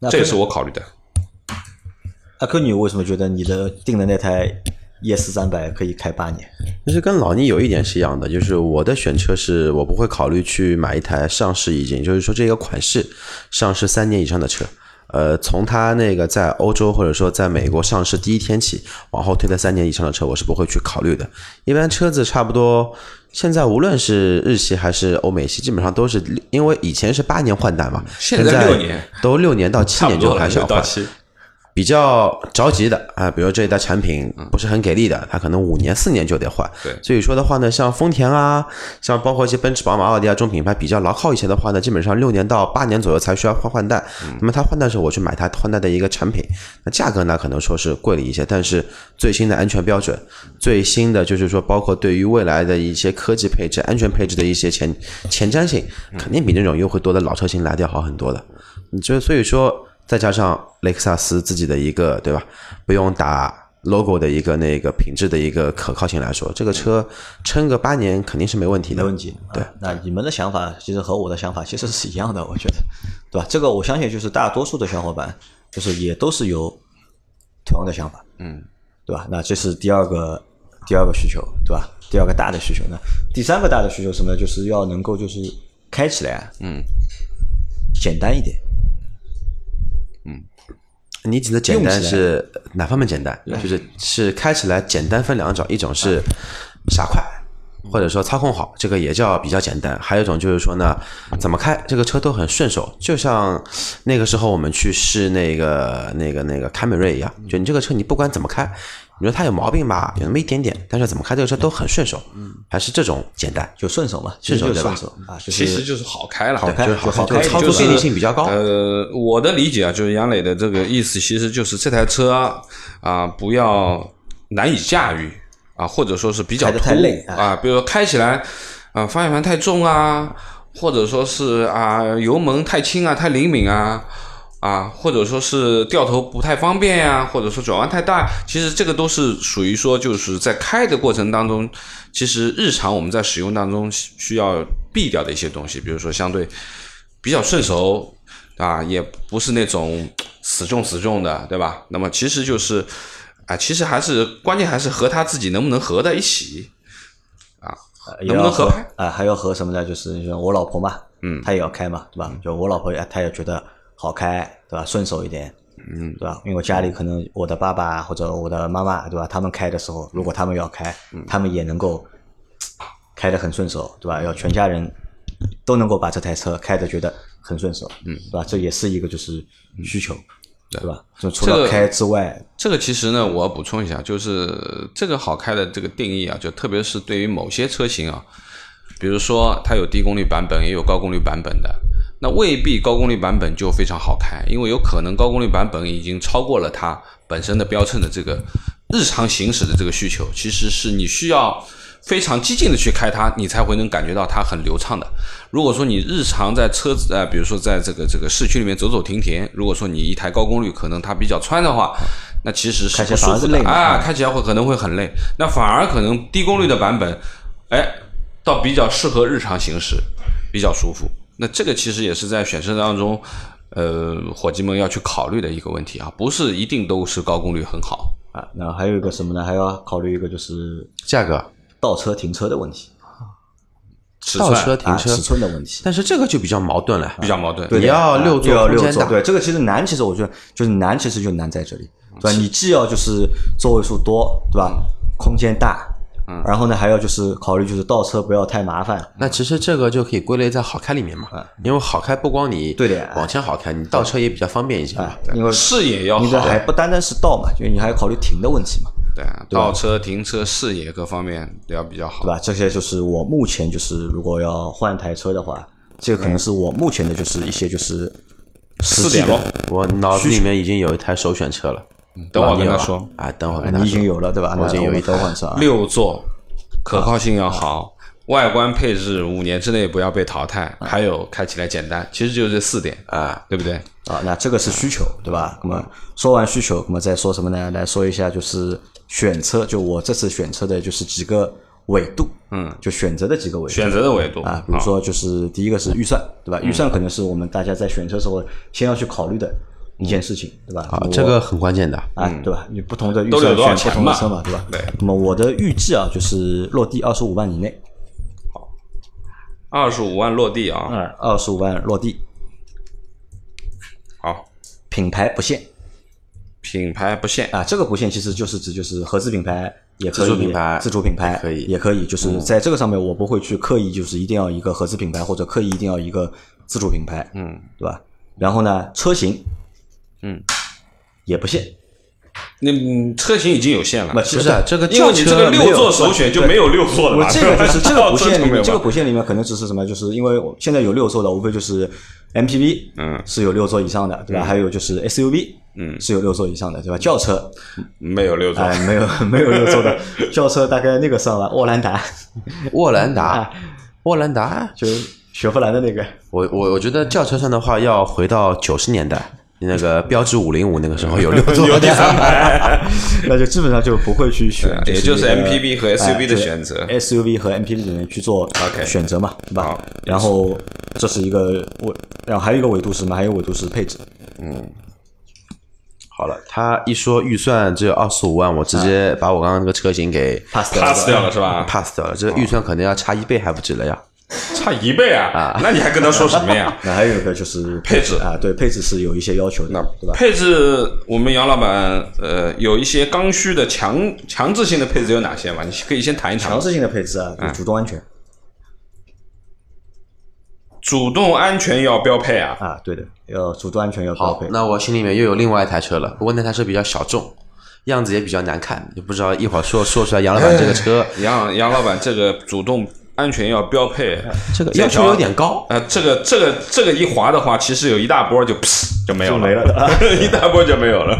那
这也是我考虑的。
阿科，你为什么觉得你的定的那台 ES 三百可以开八年？
其实跟老倪有一点是一样的，就是我的选车是我不会考虑去买一台上市已经，就是说这个款式上市三年以上的车。呃，从它那个在欧洲或者说在美国上市第一天起，往后推的三年以上的车，我是不会去考虑的。一般车子差不多，现在无论是日系还是欧美系，基本上都是因为以前是八年换代嘛，
现在
在
六年
都六年到七
差不
年就
多了，
开始
就
要
到
换。
期。
比较着急的啊，比如这一代产品不是很给力的，它可能五年四年就得换。
对
所以说的话呢，像丰田啊，像包括一些奔驰、宝马、奥迪啊，这种品牌比较牢靠一些的话呢，基本上六年到八年左右才需要换换代。那么它换代的时候，我去买它换代的一个产品，那价格呢可能说是贵了一些，但是最新的安全标准，最新的就是说包括对于未来的一些科技配置、安全配置的一些前前瞻性，肯定比那种优惠多的老车型来的要好很多的。你就所以说，再加上雷克萨斯自己的一个对吧，不用打 logo 的一个那个品质的一个可靠性来说，这个车撑个八年肯定是没问
嗯
题
没
的。
问题。
对
啊，那你们的想法其实和我的想法其实是一样的，我觉得，对吧？这个我相信就是大多数的小伙伴，就是也都是有同样的想法，
嗯，
对吧？那这是第二个第二个需求，对吧？第二个大的需求呢，第三个大的需求是什么呢？就是要能够就是开啊起来，
嗯，
简单一点，
你指的简单是哪方面简单？
对
就是是开起来简单分两种，一种是傻快，
嗯
或者说操控好，这个也叫比较简单；还有一种就是说呢，怎么开这个车都很顺手，就像那个时候我们去试那个那个那个凯美瑞一样，
嗯
就你这个车你不管怎么开，你说它有毛病吧，有那么一点点，但是怎么开这个车都很顺手，
嗯
还是这种简单。
就顺手嘛，其实
顺
就
手对
顺
吧
手啊，就是
其实就是好开了，
好开
就是好
好
开，
开
就是操
就
作
是
便利性比较高。
呃，我的理解啊，就是杨磊的这个意思，其实就是这台车啊、不要难以驾驭啊，或者说是比较
开得太
突兀
累啊
啊，比如说开起来啊，方向盘太重啊，或者说是啊油门太轻啊，太灵敏啊。啊，或者说是掉头不太方便呀、或者说转弯太大，其实这个都是属于说就是在开的过程当中，其实日常我们在使用当中需需要避掉的一些东西，比如说相对比较顺手啊，也不是那种死重死重的，对吧？那么其实就是啊，其实还是关键还是和他自己能不能合在一起。
呃
能不能合拍
啊？还要合什么呢？就是你说我老婆嘛，嗯，她也要开嘛，对吧？就我老婆，哎她也觉得好开，对吧？顺手一点，嗯，对吧？因为我家里可能我的爸爸或者我的妈妈，对吧？他们开的时候，如果他们要开，他们也能够开得很顺手，对吧？要全家人都能够把这台车开得觉得很顺手，嗯，对吧？这也是一个就是需求，对吧？就除
这
了
个
开之外，
这个其实呢，我要补充一下，就是这个好开的这个定义啊，就特别是对于某些车型啊，比如说它有低功率版本，也有高功率版本的，那未必高功率版本就非常好开，因为有可能高功率版本已经超过了它本身的标称的这个日常行驶的这个需求，其实是你需要非常激进的去开它，你才会能感觉到它很流畅的。如果说你日常在车子呃，比如说在这个这个市区里面走走停停，如果说你一台高功率可能它比较穿的话，那其实是
开起
不
来
舒
反而
服
是
的
累的
啊，开起来会可能会很累。那反而可能低功率的版本，哎，倒比较适合日常行驶，比较舒服。那这个其实也是在选车当中，呃，伙计们要去考虑的一个问题啊，不是一定都是高功率很好。
啊，那还有一个什么呢？还要考虑一个就是
价格、
倒车停车的问题。
尺
倒
寸
车、停
啊
车
尺，寸的问题。
但是这个就比较矛盾了。
比较矛盾。
你要
啊
六
又要
座空
六
间
座，
大，
对这个其实难，其实我觉得就是难，其实就难在这里，
嗯
对吧？你既要就是座位数多，对吧？空间大，
嗯
然后呢还要就是考虑就是倒车不要太麻烦，
那其实这个就可以归类在好开里面嘛，因为好开不光你
啊对啊的呀
往前好开，你倒车也比较方便一些嘛。
因为
视野要
你的
好，
还不单单是倒嘛，就是你还要考虑停的问题嘛，
对啊，倒车、停车、视野各方面要比较
对
好。
吧？这些就是我目前就是如果要换台车的话，这个
哎
可能是我目前的就是一些就是
四点咯，
我脑子里面已经有一台首选车了，
嗯
等我
你
跟
有
他
吧
说，
啊，等会儿
啊
跟他
你已经
说
有了对吧？那
我已经有
们
一
都
台
换车啊，
六座，可靠性要好，啊外观配置五年之内不要被淘汰，还有开起来简单，其实就这四点，
啊，
对不对？
啊，那这个是需求，对吧？那么说完需求，那么再说什么呢？来说一下就是选车，就我这次选车的就是几个维度，嗯，就选择的几个维度
选择嗯的维度
啊，比如说就是第一个是预算，对吧？预算可能是我们大家在选车时候先要去考虑的一件事情，对吧？
好
我
这个很关键的。
啊，对吧？你不同的预
嗯兜里有多少
算选不同的
钱嘛
车嘛，对吧？
对。
那么我的预计啊，就是落地二十五万以内，
二十五万落地啊，
二二十五万落地，
好，
品牌不限
品牌不限，
啊，这个不限其实就是指就是合资品牌也可以，
自主品牌
自主品牌
也可以嗯
也可以，就是在这个上面我不会去刻意就是一定要一个合资品牌或者刻意一定要一个自主品牌，
嗯，
对吧？然后呢，车型，
嗯，
也不限，
那嗯车型已经有限了
那。其
不
实
是啊这个
因为你这个
轿车没
六
有
座首选就没有六座了
我
嘛，
这个 就是这个不限里 面，这个
个
不限里面可能只是什么，就是因为我现在有六座的，无非就是 MPV，
嗯
是有六座以上的，
嗯
对吧？还有就是 SUV，
嗯
是有六座以上的，对吧？轿车
没有六座，
哎，没有 没有六座的轿车，大概那个上了沃兰达，
沃兰
啊
达，沃兰达，
就是雪佛兰的那 个，
我我我觉得轿车上的话，要回到九十年代那个标致五零五那个时候有六 座
有第三排，
那就基本上就不会去选，
啊也就是
那个
MPV 和 SUV
哎
的
对
选择。
SUV 和 MPV 里面去做
OK
选择嘛，对吧
好？
然后这是一个我，然后还有一个维度是什么？还有一个维度是配置，
好了，他一说预算只有二十五万，我直接
啊
把我刚刚那个车型给
pass
pass 掉
掉
啊
了是吧？
哦 pass 掉了。这个预算可能要差一倍还不止了呀。
差一倍啊，那你还跟他说什么呀？
那还有一个就是
配置
啊，对配置是有一些要求的，对吧？
配置，我们杨老板，呃，有一些刚需的强强制性的配置有哪些嘛？你可以先谈一谈
强。制性的配置啊，
嗯
就主动安全
主动安全要标配啊，
啊，对的，要主动安全要标
好
配，。
那我心里面又有另外一台车了，不过那台车比较小众，样子也比较难看，就不知道一会儿说说出来杨老板这个车，
杨杨老板这个主动安全要标配，
这啊个要求有点高。
呃，这个这个这个一划的话，其实有一大波就噗就没有
就没了
一大波就没有了。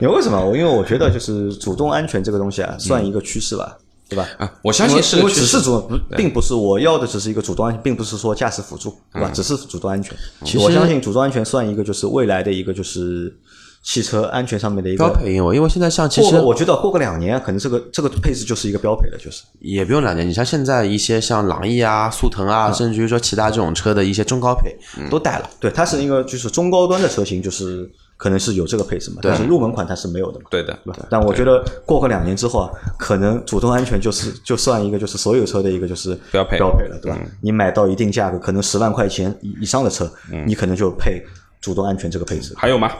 因为为什么？我因为我觉得就是主动安全这个东西啊，算一个趋势吧，对吧？
啊，我相信是
我
个
我
趋
只
势
是。主，不并不是我要的，只是一个主动安全，并不是说驾驶辅助，对吧？只是主动安全。
其实
我相信主动安全算一个，就是未来的一个就是汽车安全上面的一
标
个。
配因为因为现在像其
过
实
个我觉得过个两年，啊可能这个这个配置就是一个标配了，就是
也不用两年，你像现在一些像朗逸啊、速腾啊，甚至于说其他这种车的一些中高配都带了。
对，它是一个就是中高端的车型，就是可能是有这个配置嘛，但是入门款它是没有的嘛。
对的，
对吧？但我觉得过个两年之后啊，可能主动安全就是就算一个就是所有车的一个就是
标配
标配了，对吧？
嗯
你买到一定价格，可能十万块钱以以上的车，
嗯
你可能就配主动安全这个配置，
还有吗？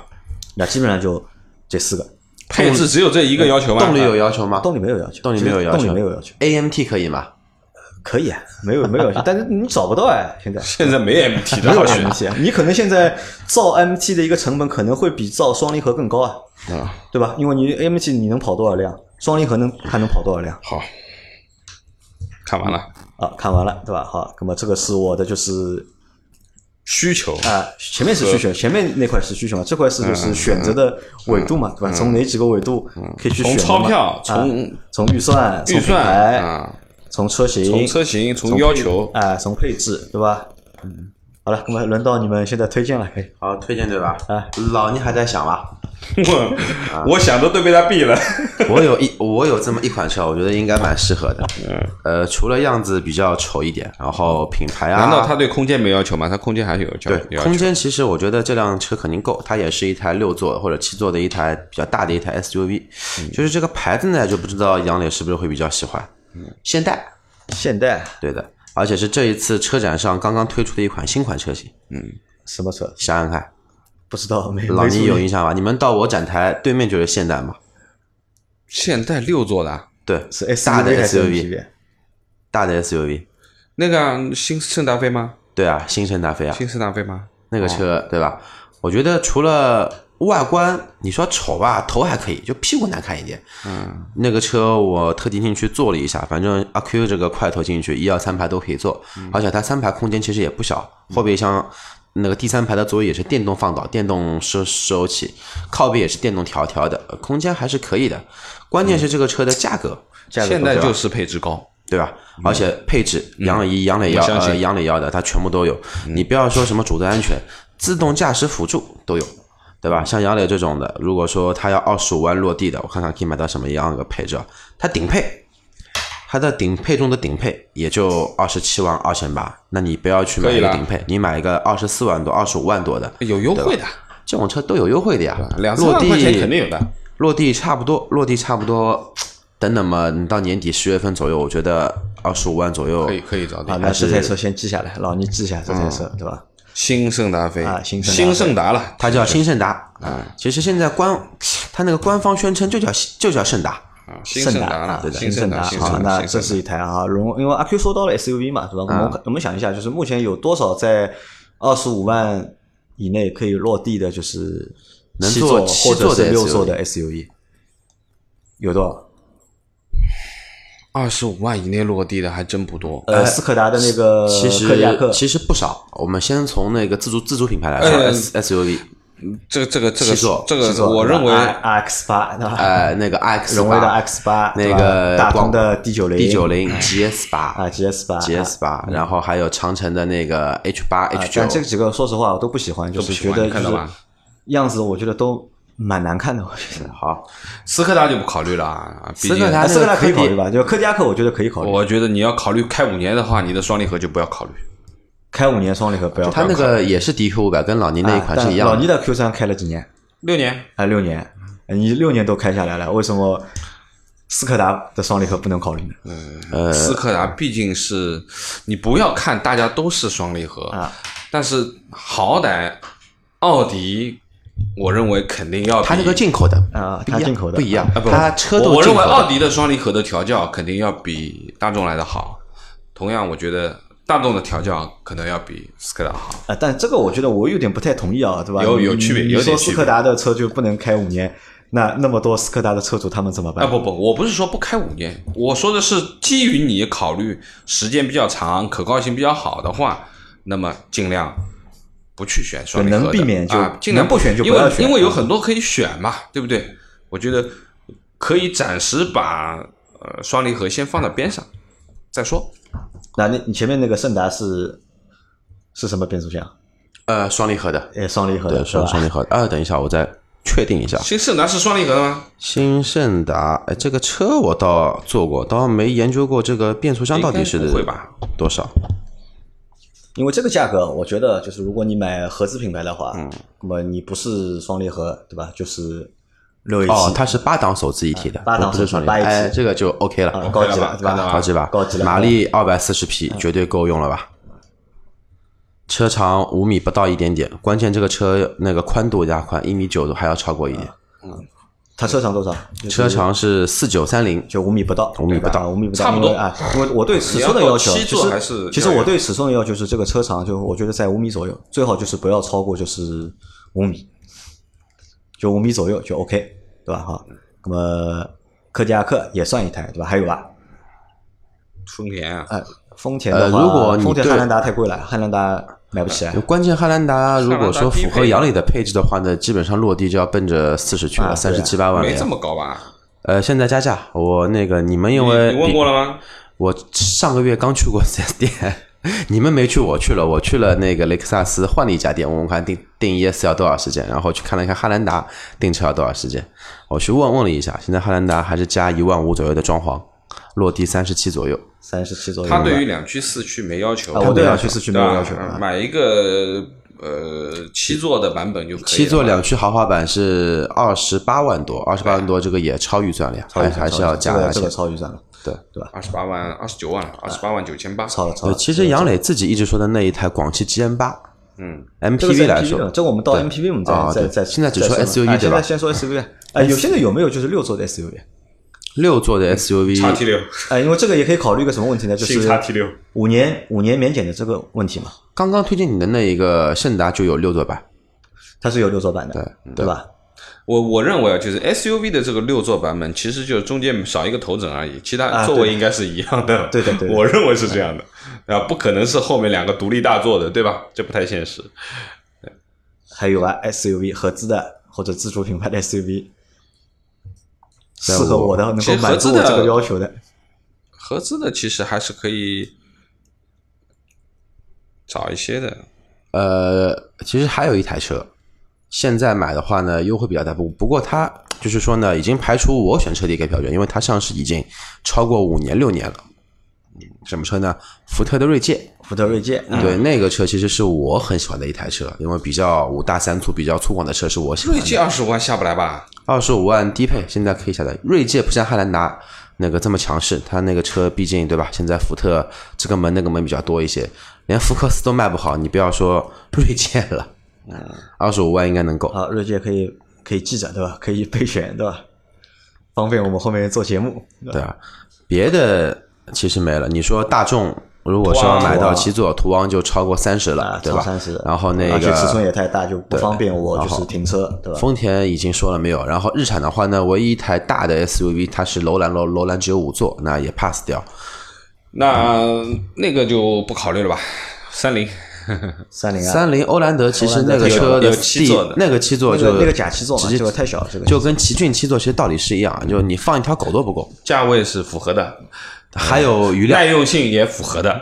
那基本上就这四个。
配置只有这一个要求吗？
动力有要求吗？啊
动力没有要求，
动力没有要求
动力没有要求，
AMT 可以吗？
可以啊，没有没有要 求，但是你找不到哎，现在
现在没 MT
没
了，
有
好像
MT 啊，你可能现在造 MT 的一个成本可能会比造双离合更高啊，
啊，
对吧？因为你 MT 你能跑多少辆，双离合能还能跑多少辆？
好，看完了
啊，看完了，对吧？好，那么这个是我的，就是
需求
啊、前面是需求，前面那块是需求嘛，这块是
嗯
就是选择的维度嘛，对吧？从哪几个维度可以去选
从
择嘛？
钞票
啊
从
从预算、从
预
品
算
牌、
啊，
从车型、
从车型，从要求，
啊、从配置，对吧？嗯好了，那么轮到你们现在推荐了，可以。
好，推荐对吧？
啊，
老倪还在想吧？
我我想的都被他毙了。
我有一我有这么一款车，我觉得应该蛮适合的。
嗯
呃，除了样子比较丑一点，然后品牌啊，
难道他对空间没要求吗？他空间还是有要求
对
有要
空
求。
间？其实我觉得这辆车肯定够，它也是一台六座或者七座的一台比较大的一台 SUV。就
嗯
是这个牌子呢，就不知道杨磊是不是会比较喜欢。
嗯
现代，
现代
对的，而且是这一次车展上刚刚推出的一款新款车型。
什么车？
想想看，
不知道，没
老
没注
倪
意
有印象吧？你们到我展台对面就是现代嘛？
现代六座的啊
对，
是
大
SUV
的
还是
SUV，
MPV？
大的 SUV。
那个啊新圣达菲吗？
对啊，新圣达菲啊，
新圣达菲吗？
那个车，对吧？我觉得除了外观，你说丑吧，头还可以，就屁股难看一点。嗯，那个车我特地进去坐了一下，反正阿 Q 这个块头进去，一二三排都可以坐，
嗯
而且它三排空间其实也不小，后备箱。那个第三排的座椅也是电动放倒、电动收收起，靠背也是电动调调的，呃空间还是可以的。关键是这个车的价格，
价格
现
多
在
少
就是配置高，
对吧？而且配置，杨磊杨磊
嗯
要
我相信嗯
呃杨磊要的，它全部都有。你不要说什么主动安全、自动驾驶辅助都有，对吧？像杨磊这种的，如果说他要二十五万落地的，我看看可以买到什么样的配置啊？它顶配，它的顶配中的顶配也就二十七万二千八，那你不要去买
可以
一个
了
顶配，你买一个二十四万多、二十五万多的，
有优惠的，
这种车都有优惠的呀，
两三
落
万
地
块钱肯定有的。
落地差不多，落地差不多，等等嘛，你到年底十月份左右，我觉得二十五万左右
可以可以找
啊，
点。
那这台车先记下来，老倪记一下这台车，
嗯
对吧？
新圣达菲
啊新圣达菲
新圣达了，
它叫新胜达。嗯其实现在官，它那个官方宣称就叫就叫胜达。
啊新圣达
啊
了，
对的，
新
圣
达，新
好，
圣达
那，这是一台啊，荣，因为阿 Q 说到了 SUV 嘛，对吧？我
啊
们我们想一下，就是目前有多少在二十五万以内可以落地的，就是
能
七
坐
座
七
或者
座的
是六
SUV
座的 SUV，有多少？
二十五万以内落地的还真不多。
呃，斯柯达的那个
其
柯迪亚克
实其实不少。我们先从那个自主自主品牌来说
呃
，S SUV，
这个这个这
七座
个这
七
个，
座啊
我认为
X 八，对吧？
呃，那个 X
嗯荣威的 X 八，
那个
大
广
通的 D 九零，
D 九零 GS
啊
八
，GS 八
GS 八，然后还有长城的那个 H 八 H
嗯
九
啊但。这几个说实话我都不喜欢，就是
不喜
觉
欢
得
你看到
就是
吧嗯
样子，我觉得都蛮难看的，我觉得。
好，
斯柯达就不考虑了啊，毕
斯柯
竟
达
啊，斯柯达可以考
那个柯迪
虑吧？就柯迪亚克，我觉得可以考虑。
我觉得你要考虑开五年的话，你的双离合就不要考虑。
开五年双离合不要
它
考虑。
那个也是 DQ 五百，跟老倪那一款是
啊但
一样
老倪
的。
的 Q 三开了几年？
六年，
啊，六年。你六年都开下来了，为什么斯柯达的双离合不能考虑的。
嗯
呃
斯柯达毕竟是你不要看大家都是双离合
啊，
但是好歹奥迪，我认为肯定要比
它那个进口的
啊
不一样
它进口的
不一样
啊，不，
它车都
我我
进
认为
口的
奥迪的双离合的调教肯定要比大众来的好，同样我觉得大众的调教可能要比斯柯达好。
啊，但这个我觉得我有点不太同意啊，对吧？
有
你
有区别
你
有
说
点
斯
区别
柯达的车就不能开五年，那那么多斯柯达的车主他们怎么
啊
办？
不不，我不是说不开五年，我说的是基于你考虑时间比较长、可靠性比较好的话，那么尽量不去选双离合的，
能避免就
啊、尽量
能不选就不
因为
要选嗯
因为有很多可以选嘛，对不对？我觉得可以暂时把呃双离合先放到边上再说。
那你你前面那个圣达是是什么变速箱？
呃双离合的，
哎，双离合
对
的是
双
吧？
双离合的。啊，等一下，我再确定一
啊
下。
新胜达是双离合的吗？
新胜达，哎，这个车我倒坐过，倒没研究过这个变速箱到底是
应该不会吧
多少。
因为这个价格，我觉得就是如果你买合资品牌的话，嗯，那么你不是双离合，对吧？就是六 AT，
哦，它是八档手自一体的，
八档
不是
手
双
自
离
八
合。
一体
哎，这个就 OK 了，
啊高级
了吧
对吧？
看到吧
高级吧？
高级了嗯
马力二百四十匹，绝对够用了吧？车长五米不到一点点，关键这个车那个宽度加宽一米九还要超过一点，
它车长多少？
车长是四九三零，
就五米不到，
五米不到
对吧五米不到，
差不多
因为啊。因为我对尺寸的要求，
你要
其
做七座还
实
是
其实我对尺寸的要求是这个车长就我觉得在五米左右，最好就是不要超过就是五米，就五米左右就 OK，对吧？哈，那么柯迪亚克也算一台，对吧？还有吧，
丰田啊，
呃，丰田的话，
呃如果你
丰田
对呃
汉兰达太贵了，汉兰达买不起来。
关键汉兰达如果说
汉兰
符
达低
合
配
杨磊的配置的话呢，基本上落地就要奔着四十去
啊
了，三十七八万了
没
呀
这。么高吧？
呃，现在加价，我那个你们因
你
为
你问过了吗？
我上个月刚去过 4S 店，你们没去，我去了，我去了那个雷克萨斯换了一家店，我们看订订 ES 要多少时间，然后去看了一看汉兰达订车要多少时间，我去问问了一下，现在汉兰达还是加一万五左右的装潢，落地三十七左右，
三十七左右吧。
他对于两驱四驱没要求，
嗯啊，我对
对两
两
驱
驱四
四
对
驱没有
吧
要求啊。
买一个呃七座的版本就可以了。
七座两驱豪华版是二十八万多，二十八万多这个也超预算了呀，还还是要加
这个
的
这
钱
个。超预算了，
对
对吧？
二十八万、二十九万、二十八万九千八，
超了超
对，
了。
其实杨磊自己一直说的那一台广汽 GM 八，
嗯
这个是
MPV 来
MPV
说
了，这个我们到
对
MPV 我们
啊
再再
对
再
现在只
再
说
嘛
SUV
啊
对
现
吧
在先说 SUV。哎，有现在有没有就是六座的 SUV？
六座的 SUV，
叉 T 六，
哎，因为这个也可以考虑一个什么问题呢？就是
新叉 T 六，
五年五年免检的这个问题嘛，
刚刚推荐你的那一个圣达就有六座版，
它是有六座版
对
的，
嗯
对吧？
我我认为啊，就是 SUV 的这个六座版本，其实就是中间少一个头枕而已，其他
啊
座位应该是一样的。
对的对的
我认为是这样的，啊，不可能是后面两个独立大座的，对吧？这不太现实。
还有啊，SUV 合资的或者自主品牌的 SUV，适
那我
合我的，能
其
够
实合
满足
资
我
的
这个要求的。
合资的其实还是可以找一些的，
呃，其实还有一台车，现在买的话呢，优惠比较大，不不过它就是说呢，已经排除我选车的一个标准，因为它上市已经超过五年六年了。嗯什么车呢？福特的锐界，
福特锐界，
嗯
对那个车其实是我很喜欢的一台车，因为比较五大三粗、比较粗犷的车是我喜欢
锐
的。
界二十五万下不来吧？
二十五万低配，现在可以下载。锐界不像汉兰达那个这么强势，它那个车毕竟对吧？现在福特这个门那个门比较多一些，连福克斯都卖不好，你不要说 锐界了。
嗯
二十五万应该能够。
啊，锐界可以可以记着，对吧？可以备选，对吧？方便我们后面做节目。对吧
对啊，别的其实没了。你说大众如果
途
说
昂
买到七座，途昂就超过三十了
啊，，
对
超
吧？
三十的，
然后那
而且
个
尺寸也太大，就不方便我
然
就
后
是停车，对吧？
丰田已经说了没有，然后日产的话呢，唯一一台大的 SUV 它是楼兰楼楼兰只有五座，那也 pass 掉。
那那个就不考虑了吧，三菱。
三菱啊，
三菱欧蓝德其实那个车
有有
第
七座的
那个七座
那
就
个那个假七座嘛，
直接
这个太小了，这个
就跟奇骏七座其实道理是一样，就你放一条狗都不够，
价位是符合的，
还有余量，
耐用性也符合的，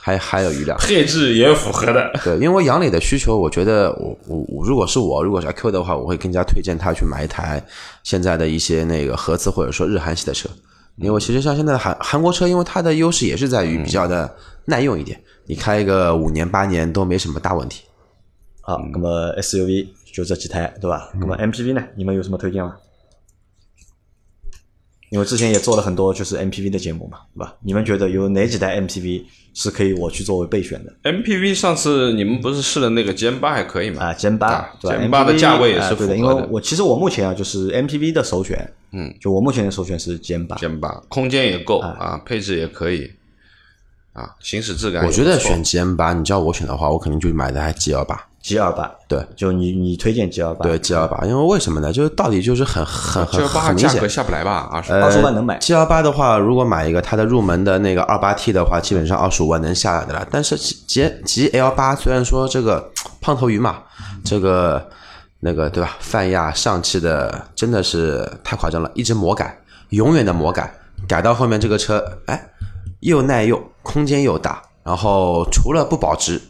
还还有余量。
配置也符合的。
对，因为杨磊的需求，我觉得我我我如果是我，如果是阿 Q 的话，我会更加推荐他去买一台现在的一些那个合资或者说日韩系的车，因为其实像现在的韩韩国车，因为它的优势也是在于比较的耐用一点，你开一个五年八年都没什么大问题。
啊，那么 SUV 嗯就这几台，对吧？那么 MPV 呢？你们有什么推荐吗？因为之前也做了很多就是 MPV 的节目嘛，对吧？你们觉得有哪几台 MPV 是可以我去作为备选的
MPV 上次你们不是试了那个 GM 八还可以吗？
啊？Gen 八
啊，
对吧
Gen 8的
MPV
价位也
啊
是
对
符合
的，因为
的
我其实我目前啊就是 MPV 的首选，
嗯，
就我目前的首选是 Gen 八，
，GM 八空间也够啊，配置也可以啊，行驶质感也
我
不
觉
错。
得选 GM 八，你叫我选的话，我肯定就买的还 G L 八。
G 二八，
对，
就你你推荐 G 二八，
对 G L 八，因为为什么呢？就是到底就是很很
G
很
八
很明
价
显
格。下不来吧？二十
二十万能买，
G L 八的话，如果买一个它的入门的那个二八 T 的话，基本上二十五万能下来的了。但是 G G L 八虽然说这个胖头鱼嘛，这个那个对吧？泛亚上汽的真的是太夸张了，一直魔改，永远的魔改，改到后面这个车哎又耐用，空间又大，然后除了不保值，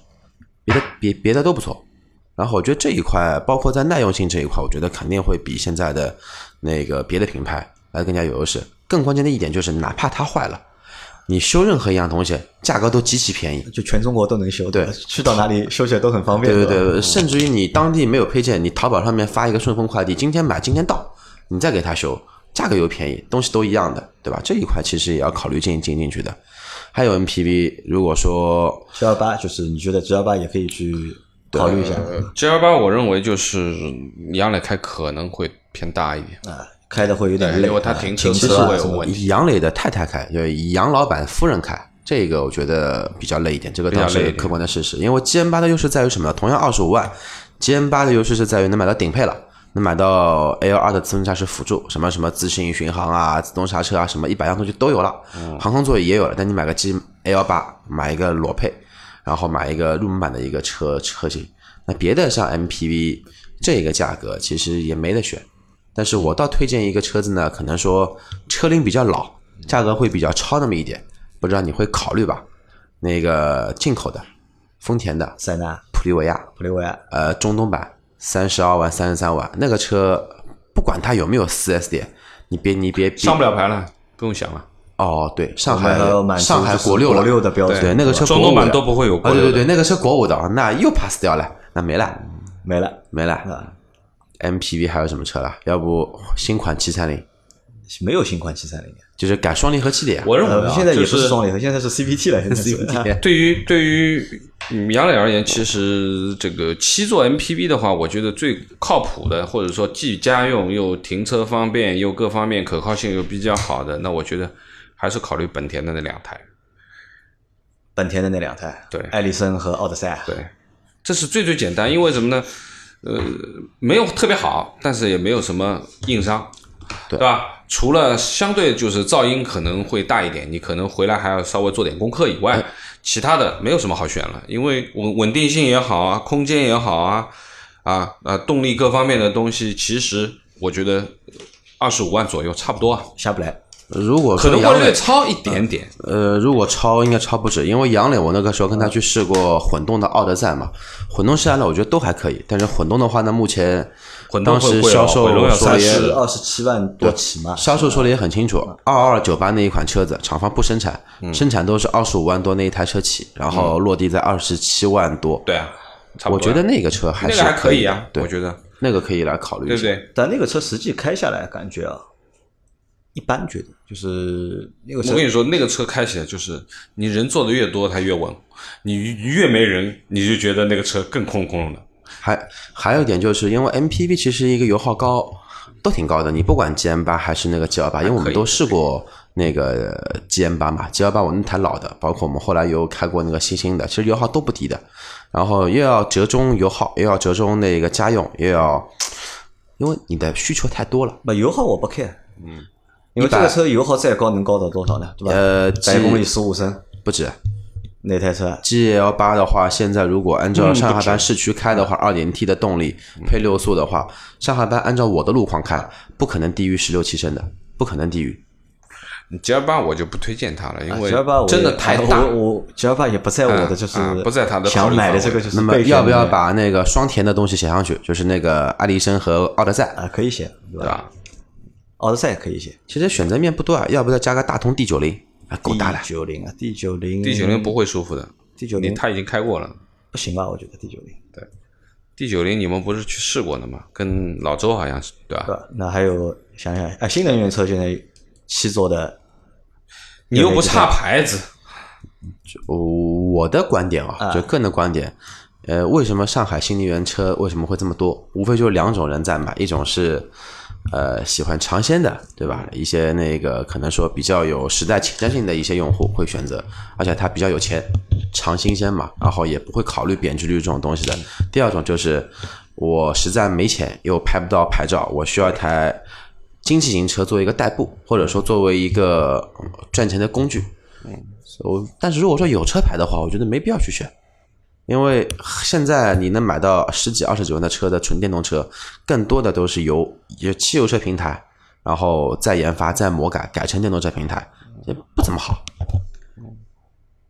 别的别别的都不错。然后我觉得这一块，包括在耐用性这一块，我觉得肯定会比现在的那个别的品牌来更加有优势。更关键的一点就是，哪怕它坏了，你修任何一样东西，价格都极其便宜。
就全中国都能修，
对
吧去到哪里修起来都很方便，
对对
对吧
对，甚至于你当地没有配件，你淘宝上面发一个顺丰快递，今天买今天到，你再给他修，价格又便宜，东西都一样的，对吧？这一块其实也要考虑进进进去的。还有 MPV，如果说
G 二八就是你觉得 G 二八也可以去考虑一下，
呃
G L 八，我认为就是你要来开可能会偏大一点。
啊，开的会有点
对
累，
因为它
哎
啊
停
停
车
啊
车位
什么
有
的
问题
杨磊的太太开，就是杨老板夫人开，这个我觉得比较累一点，这个倒
比较累
是
一点
客观的事实。因为 G M 八的优势在于什么呢？同样二十五万，G M 八的优势是在于能买到顶配了。能买到 L 二的自动驾驶辅助，什么什么自适应巡航啊、自动刹车啊，什么一百样东西都有了。
嗯
航空座椅也有了，但你买个 G L 八，买一个裸配，然后买一个入门版的一个车车型。那别的像 MPV 这个价格其实也没得选，但是我倒推荐一个车子呢，可能说车龄比较老，价格会比较超那么一点，不知道你会考虑吧？那个进口的，丰田的
塞纳、
普利维亚，
普利维亚，
呃，中东版三十二万、三十三万，那个车不管它有没有四 S 店，你别你别
上不
了
了牌了，不用想了。
哦，对，上
我们
海
还要满足
上海
就是
国六
国
了
六的标准，
对那个车
中
国
东
五
版
的
都不会有
啊，
国
对
六
对
的
对，那个车国五的，那又 pass 掉了，那没了
没了，
没了。
啊，
MPV 还有什么车了？要不新款七三零，
没有新款七三零。
就是改双离合器的呀。
我认为
呃，
啊
现在也
就
不是双离合，现在是 CVT 了，现在是
CVT
对于对于嗯杨磊而言，其实这个七座 MPV 的话，我觉得最靠谱的，或者说既家用又停车方便又各方面可靠性又比较好的，那我觉得还是考虑本田的那两台。
本田的那两台，
对
艾力绅和奥德赛，啊
对，这是最最简单，因为什么呢？呃，没有特别好，但是也没有什么硬伤，对吧？除了相对就是噪音可能会大一点，你可能回来还要稍微做点功课以
哎
外，其他的没有什么好选了，因为稳稳定性也好啊，空间也好啊，啊啊，动力各方面的东西，其实我觉得二十五万左右差不多啊，
下不来，
如果
可
说
能
杨
会
磊
略，超一点点。
呃，如果超应该超不止，因为杨磊我那个时候跟他去试过混动的奥德赛嘛，混动试下来我觉得都还可以，但是混动的话呢，目前
混动
当
会
时
贵哦
销售
混动要
说
三
的也
十二十七万多起嘛，
销售说的也很清楚，二二九八那一款车子，厂方不生产，
嗯
生产都是二十五万多那一台车起，然后落地在二十七万多。
对啊，嗯差不多啊。
我觉得那个车还
那
是
个还可以
以
啊，
对
我觉得，
那个可以来考虑
对
一
不
下。
对？
但那个车实际开下来感觉啊，一般觉得就是那个车
我跟你说，那个车开起来就是你人坐的越多，它越稳；你越没人，你就觉得那个车更空空隆的。
还还有一点就是因为 MPV 其实一个油耗高，都挺高的。你不管 GM 八还是那个 G 幺八，因为我们都试过那个 GM 八嘛，G 幺八我那台老的，包括我们后来有开过那个新兴的，其实油耗都不低的。然后又要折中油耗，又要折中那个家用，又要，因为你的需求太多了。
不油耗我不 care，嗯，因为这个车油耗再高能高到多少呢？对吧？
呃，
百
G-
公里十五升，
不止
那台车啊
，G L 八的话，现在如果按
嗯
照上海市区开的话，二点 T 的动力配六速的话，上海按照我的路况开，不可能低于十六七升的，不可能低于。
G 二八我就不推荐它了，因为
啊
，G 二八
真的太大。
啊我我 G 二八也不在我的，
嗯
就是
嗯不在他的考
想
虑
买的
范
这
围
个就是
那么
备选
要不要
里面
把那个双田的东西写上去？就是那个艾力绅和奥德赛，
啊？可以写对
对
吧？
吧？
奥德赛也可以写，
其实选择面不多啊，要不再加个大通 D 九零啊，够大了。
九零啊，D 九零
第九零不会舒服的，
，D
嗯
九
你
零
他已经开过了。
不行吧？我觉得 D 九零。
第九零你们不是去试过了吗？跟老周好像是对吧？
对吧？那还有想想，哎，新能源车现在七座的，
你又不差牌子，
我的观点啊，
啊
就个人的观点，呃，为什么上海新能源车为什么会这么多？无非就是两种人在买，一种是呃喜欢尝鲜的，对吧？一些那个可能说比较有时代前瞻性的一些用户会选择，而且他比较有钱，尝新鲜嘛，然后也不会考虑贬值率这种东西的。第二种就是我实在没钱，又拍不到牌照，我需要一台。经济型车作为一个代步，或者说作为一个嗯赚钱的工具，我但是如果说有车牌的话，我觉得没必要去选，因为现在你能买到十几二十几万的车的纯电动车，更多的都是由由汽油车平台，然后再研发、再魔改，改成电动车平台，也不怎么好。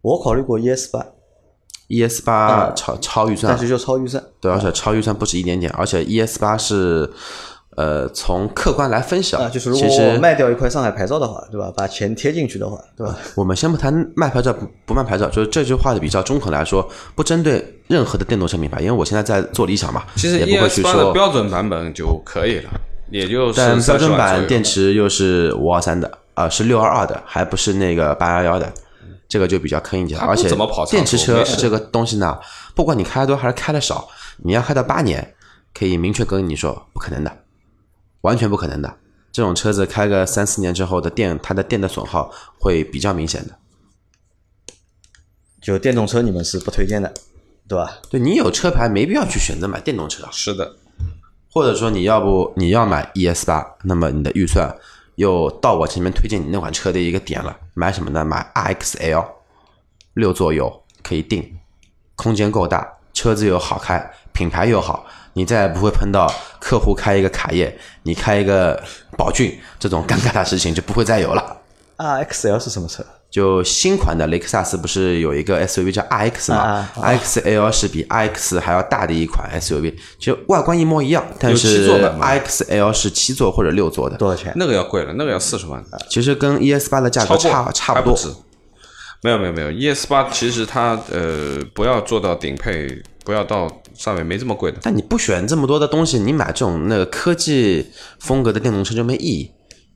我考虑过 ES 八，
ES E 八超超预算
嗯但，是就超预算。
对，而且超预算不止一点点，而且 ES 八是呃从客观来分析
啊，
啊，
就是如果
其
我
实
卖掉一块上海牌照的话，对吧？把钱贴进去的话，对吧？
我们先不谈卖牌照不不卖牌照，就是这句话的比较中肯来说，不针对任何的电动车品牌，因为我现在在做理想嘛，
其实
也
E
不会去
S 八的
说。
标准版本就可以了，也就是
但标准
30万左
版
右
电池又是五二三的，啊、是六二二的，还不是那个八幺幺的，这个就比较坑一点。
它不
而且
怎么跑长途
电池车
没事
这个东西呢，不管你开得多还是开的少，你要开到八年，可以明确跟你说不可能的，完全不可能的。这种车子开个三四年之后的电，它的电的损耗会比较明显的。
就电动车你们是不推荐的，对吧？
对你有车牌，没必要去选择买电动车，啊
是的，
或者说你要不你要买 ES 八，那么你的预算又到我前面推荐你那款车的一个点了，买什么呢？买 RXL，六座有可以定，空间够大，车子又好开，品牌又好，你再也不会碰到客户开一个卡宴，你开一个宝骏这种尴尬的事情就不会再有了。
r XL 是什么车？
就新款的雷克萨斯不是有一个 SUV 叫 RX 吗
啊
？RXL 是比 RX 还要大的一款 SUV，其实外观一模一样，但
七
是
座版吗
RXL 是七座或者六座的，
多少钱？
那个要贵了，那个要四十万，
其实跟 ES 八的价
超
格
过
差差
还
不多。
止。没有没有没有，ES 八其实它呃不要做到顶配，不要到上面没这么贵的。
但你不选这么多的东西，你买这种那个科技风格的电动车就没意义。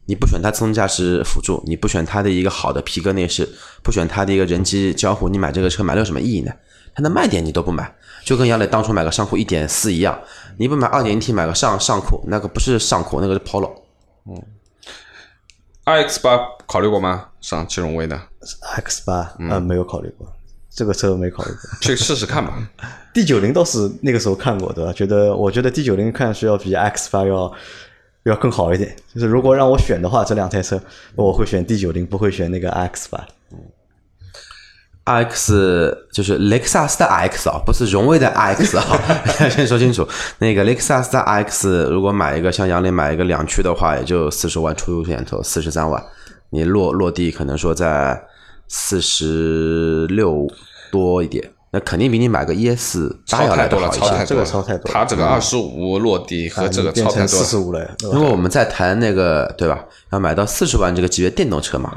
你不选它自动驾驶辅助，你不选它的一个好的皮革内饰，不选它的一个人机交互，你买这个车买了有什么意义呢？它的卖点你都不买，就跟杨磊当初买个上酷一点四一样，你不买二点 T 买个上上酷，那个不是上酷，那个是 Polo。
RX 八考虑过吗？上汽荣威的，
X 八，嗯，没有考虑过，这个车没考虑过。
去试试 看吧。
D 九零倒是那个时候看过，对吧？觉得我觉得 D 九零看上去要比 X 八要要更好一点。就是如果让我选的话，这两台车我会选 D 九零，不会选那个 X 八。
RX 就是雷克萨斯的 RX 啊，不是荣威的 RX 啊， 先说清楚。那个雷克萨斯的 RX，如果买一个像杨磊买一个两驱的话，也就四十万出头点头，四十三万，你落落地可能说在四十六多一点，那肯定比你买个 ES 八
超
要来
太
的
多了，
好一
超
些。
太
这
多
个
了，
超太多了嗯啊
它这个二十五落地和这个
变
超太
成四
多
十
了。
五了，对吧
因为我们在谈那个对吧，要买到四十万这个级别电动车嘛，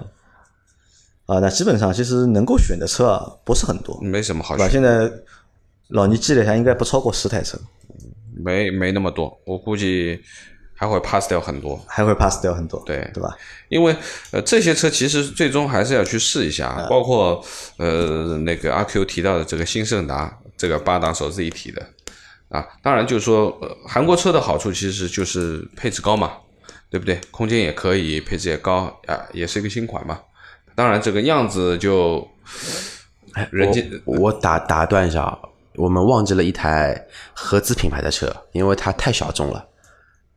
啊，那基本上其实能够选的车啊不是很多，
没什么好
对吧？
选，
现在老倪记了一下，应该不超过十台车，
没没那么多，我估计还会 pass 掉很多。
还会 pass 掉很多，
对
对吧？
因为呃，这些车其实最终还是要去试一下啊，包括呃那个阿 Q 提到的这个新胜达，这个八档手自一体的啊，当然就是说、呃韩国车的好处其实就是配置高嘛，对不对？空间也可以，配置也高啊，也是一个新款嘛。当然这个样子就人家
我我打打断一下，啊，我们忘记了一台合资品牌的车，因为它太小众了。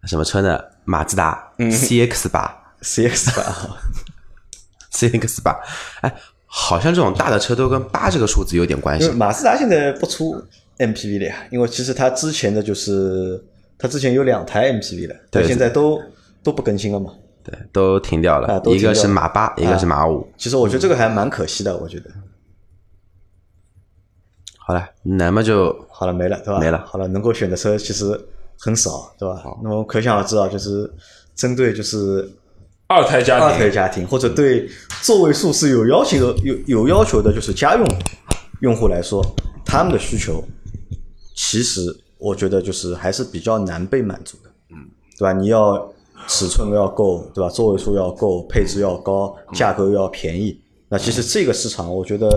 什么车呢？马自达
嗯
CX 八
，CX 八
，CX 八，哎，好像这种大的车都跟八这个数字有点关
因
系
为。马自达现在不出 MPV 了呀，因为其实它之前的就是它之前有两台 MPV 了，但
对
现在都都不更新了嘛。
对，都停掉了，
啊都
一
停掉
个
了
是马八，一个是马五。
其实我觉得这个还蛮可惜的，我觉得。
好了，那么就
好了，没了，对吧？
没
嗯
了
好了，能够选的车其实很少，对吧？那么可想而知啊，就是针对就是
二胎家
二
庭
胎家庭或者对座位数是有要求的，有有要求的，就是家用用户来说，他们的需求其实我觉得就是还是比较难被满足的，嗯，对吧？你要尺寸要够，对吧？座位数要够，配置要高，
嗯
价格又要便宜。那其实这个市场，我觉得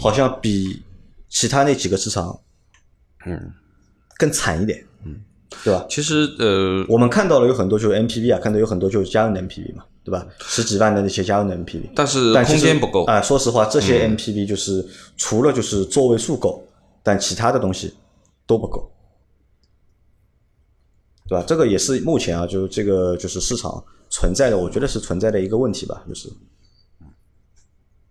好像比其他那几个市场，
嗯，
更惨一点，嗯，对吧？
其实呃，
我们看到了有很多就是 MPV 啊，看到有很多就是家用的 MPV 嘛，对吧？十几万的那些家用的 MPV，
但是
但
空间不够嗯
啊、说实话，这些 MPV 就是、除了就是座位数够，但其他的东西都不够，对吧？这个也是目前啊，就是这个就是市场存在的，我觉得是存在的一个问题吧，就是。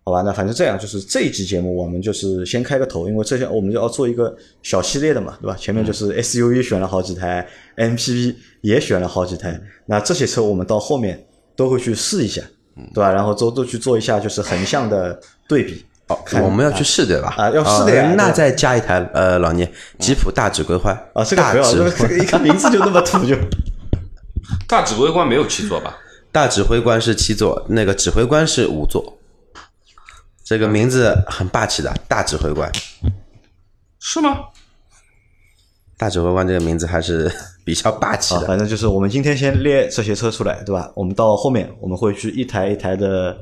好吧，那反正这样，就是这一期节目我们就是先开个头，因为这些我们就要做一个小系列的嘛，对吧？前面就是
嗯
SUV 选了好几台，MPV 也选了好几台，那这些车我们到后面都会去试一下，对吧？然后都都去做一下就是横向的对比，
哦，我们要去试对吧？
啊要试的呀
哦那
对吧
再加一台呃，老聂，吉普大指挥官
啊，这个
大
不要，
指
这个这个一个名字就那么土就。
大指挥官没有七座吧？
大指挥官是七座，那个指挥官是五座。这个名字很霸气的，大指挥官，
是吗？
大指挥官这个名字还是 比较霸气
啊，
的。
反正就是我们今天先列这些车出来，对吧？我们到后面我们会去一台一台的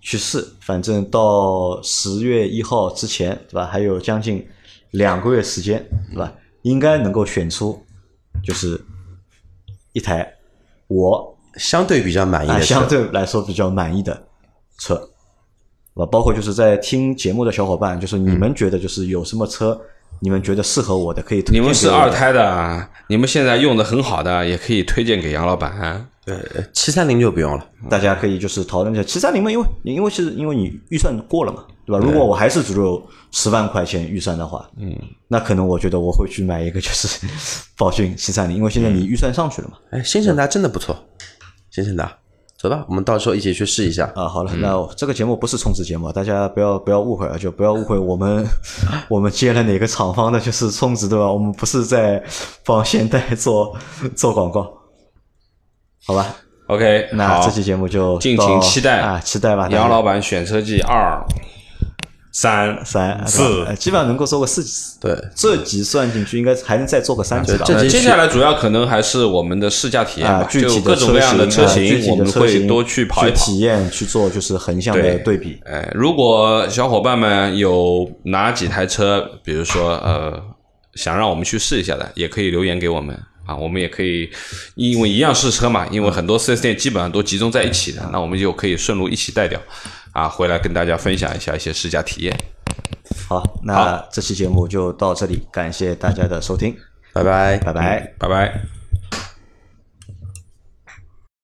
去试，反正到十月一号之前，对吧？还有将近两个月时间，对吧？应该能够选出就是一台我
相对比较满意
啊
的车，
相对来说比较满意的车，啊，包括就是在听节目的小伙伴，就是你们觉得就是有什么车，你们觉得适合我的可以推
你
荐给我
们
的。
是二胎的啊，你们现在用的很好的，也可以推荐给杨老板啊。
七三零就不用了。
大家可以就是讨论一下七三零嘛，因为因为其实因为你预算过了嘛，对吧？如果我还是只有十万块钱预算的话，嗯，那可能我觉得我会去买一个就是 宝骏七三零，因为现在你预算上去了嘛。
哎，新胜达真的不错，新胜达，走吧，我们到时候一起去试一下。
啊，好了，
嗯
那这个节目不是充值节目啊，大家不要不要误会啊，就不要误会我们 我们接了哪个厂方的就是充值对吧？我们不是在帮现代做做广告，好吧？
OK，
那
好
这期节目就
敬
到
请期待
啊，期待吧，大家
杨老板选车记二三
三
四
呃基本上能够做个四集。
对，
这集算进去，应该还能再做个三集吧？
这
呃
集
接下来主要可能还是我们的试驾体验吧，
啊，具体
就各种各样的
车
车
型啊具体
型，
的
我们
车
会
型
多去跑一跑。
体验，去做就是横向的
对
对比。
哎，如果小伙伴们有哪几台车，比如说呃，想让我们去试一下的，也可以留言给我们啊，我们也可以，因为一样试车嘛，因为很多四 S 店基本上都集中在一起的，那我们就可以顺路一起带掉，啊，回来跟大家分享一下一些试驾体验。
好，那这期节目就到这里，感谢大家的收听，
拜拜。
嗯拜拜。
拜拜。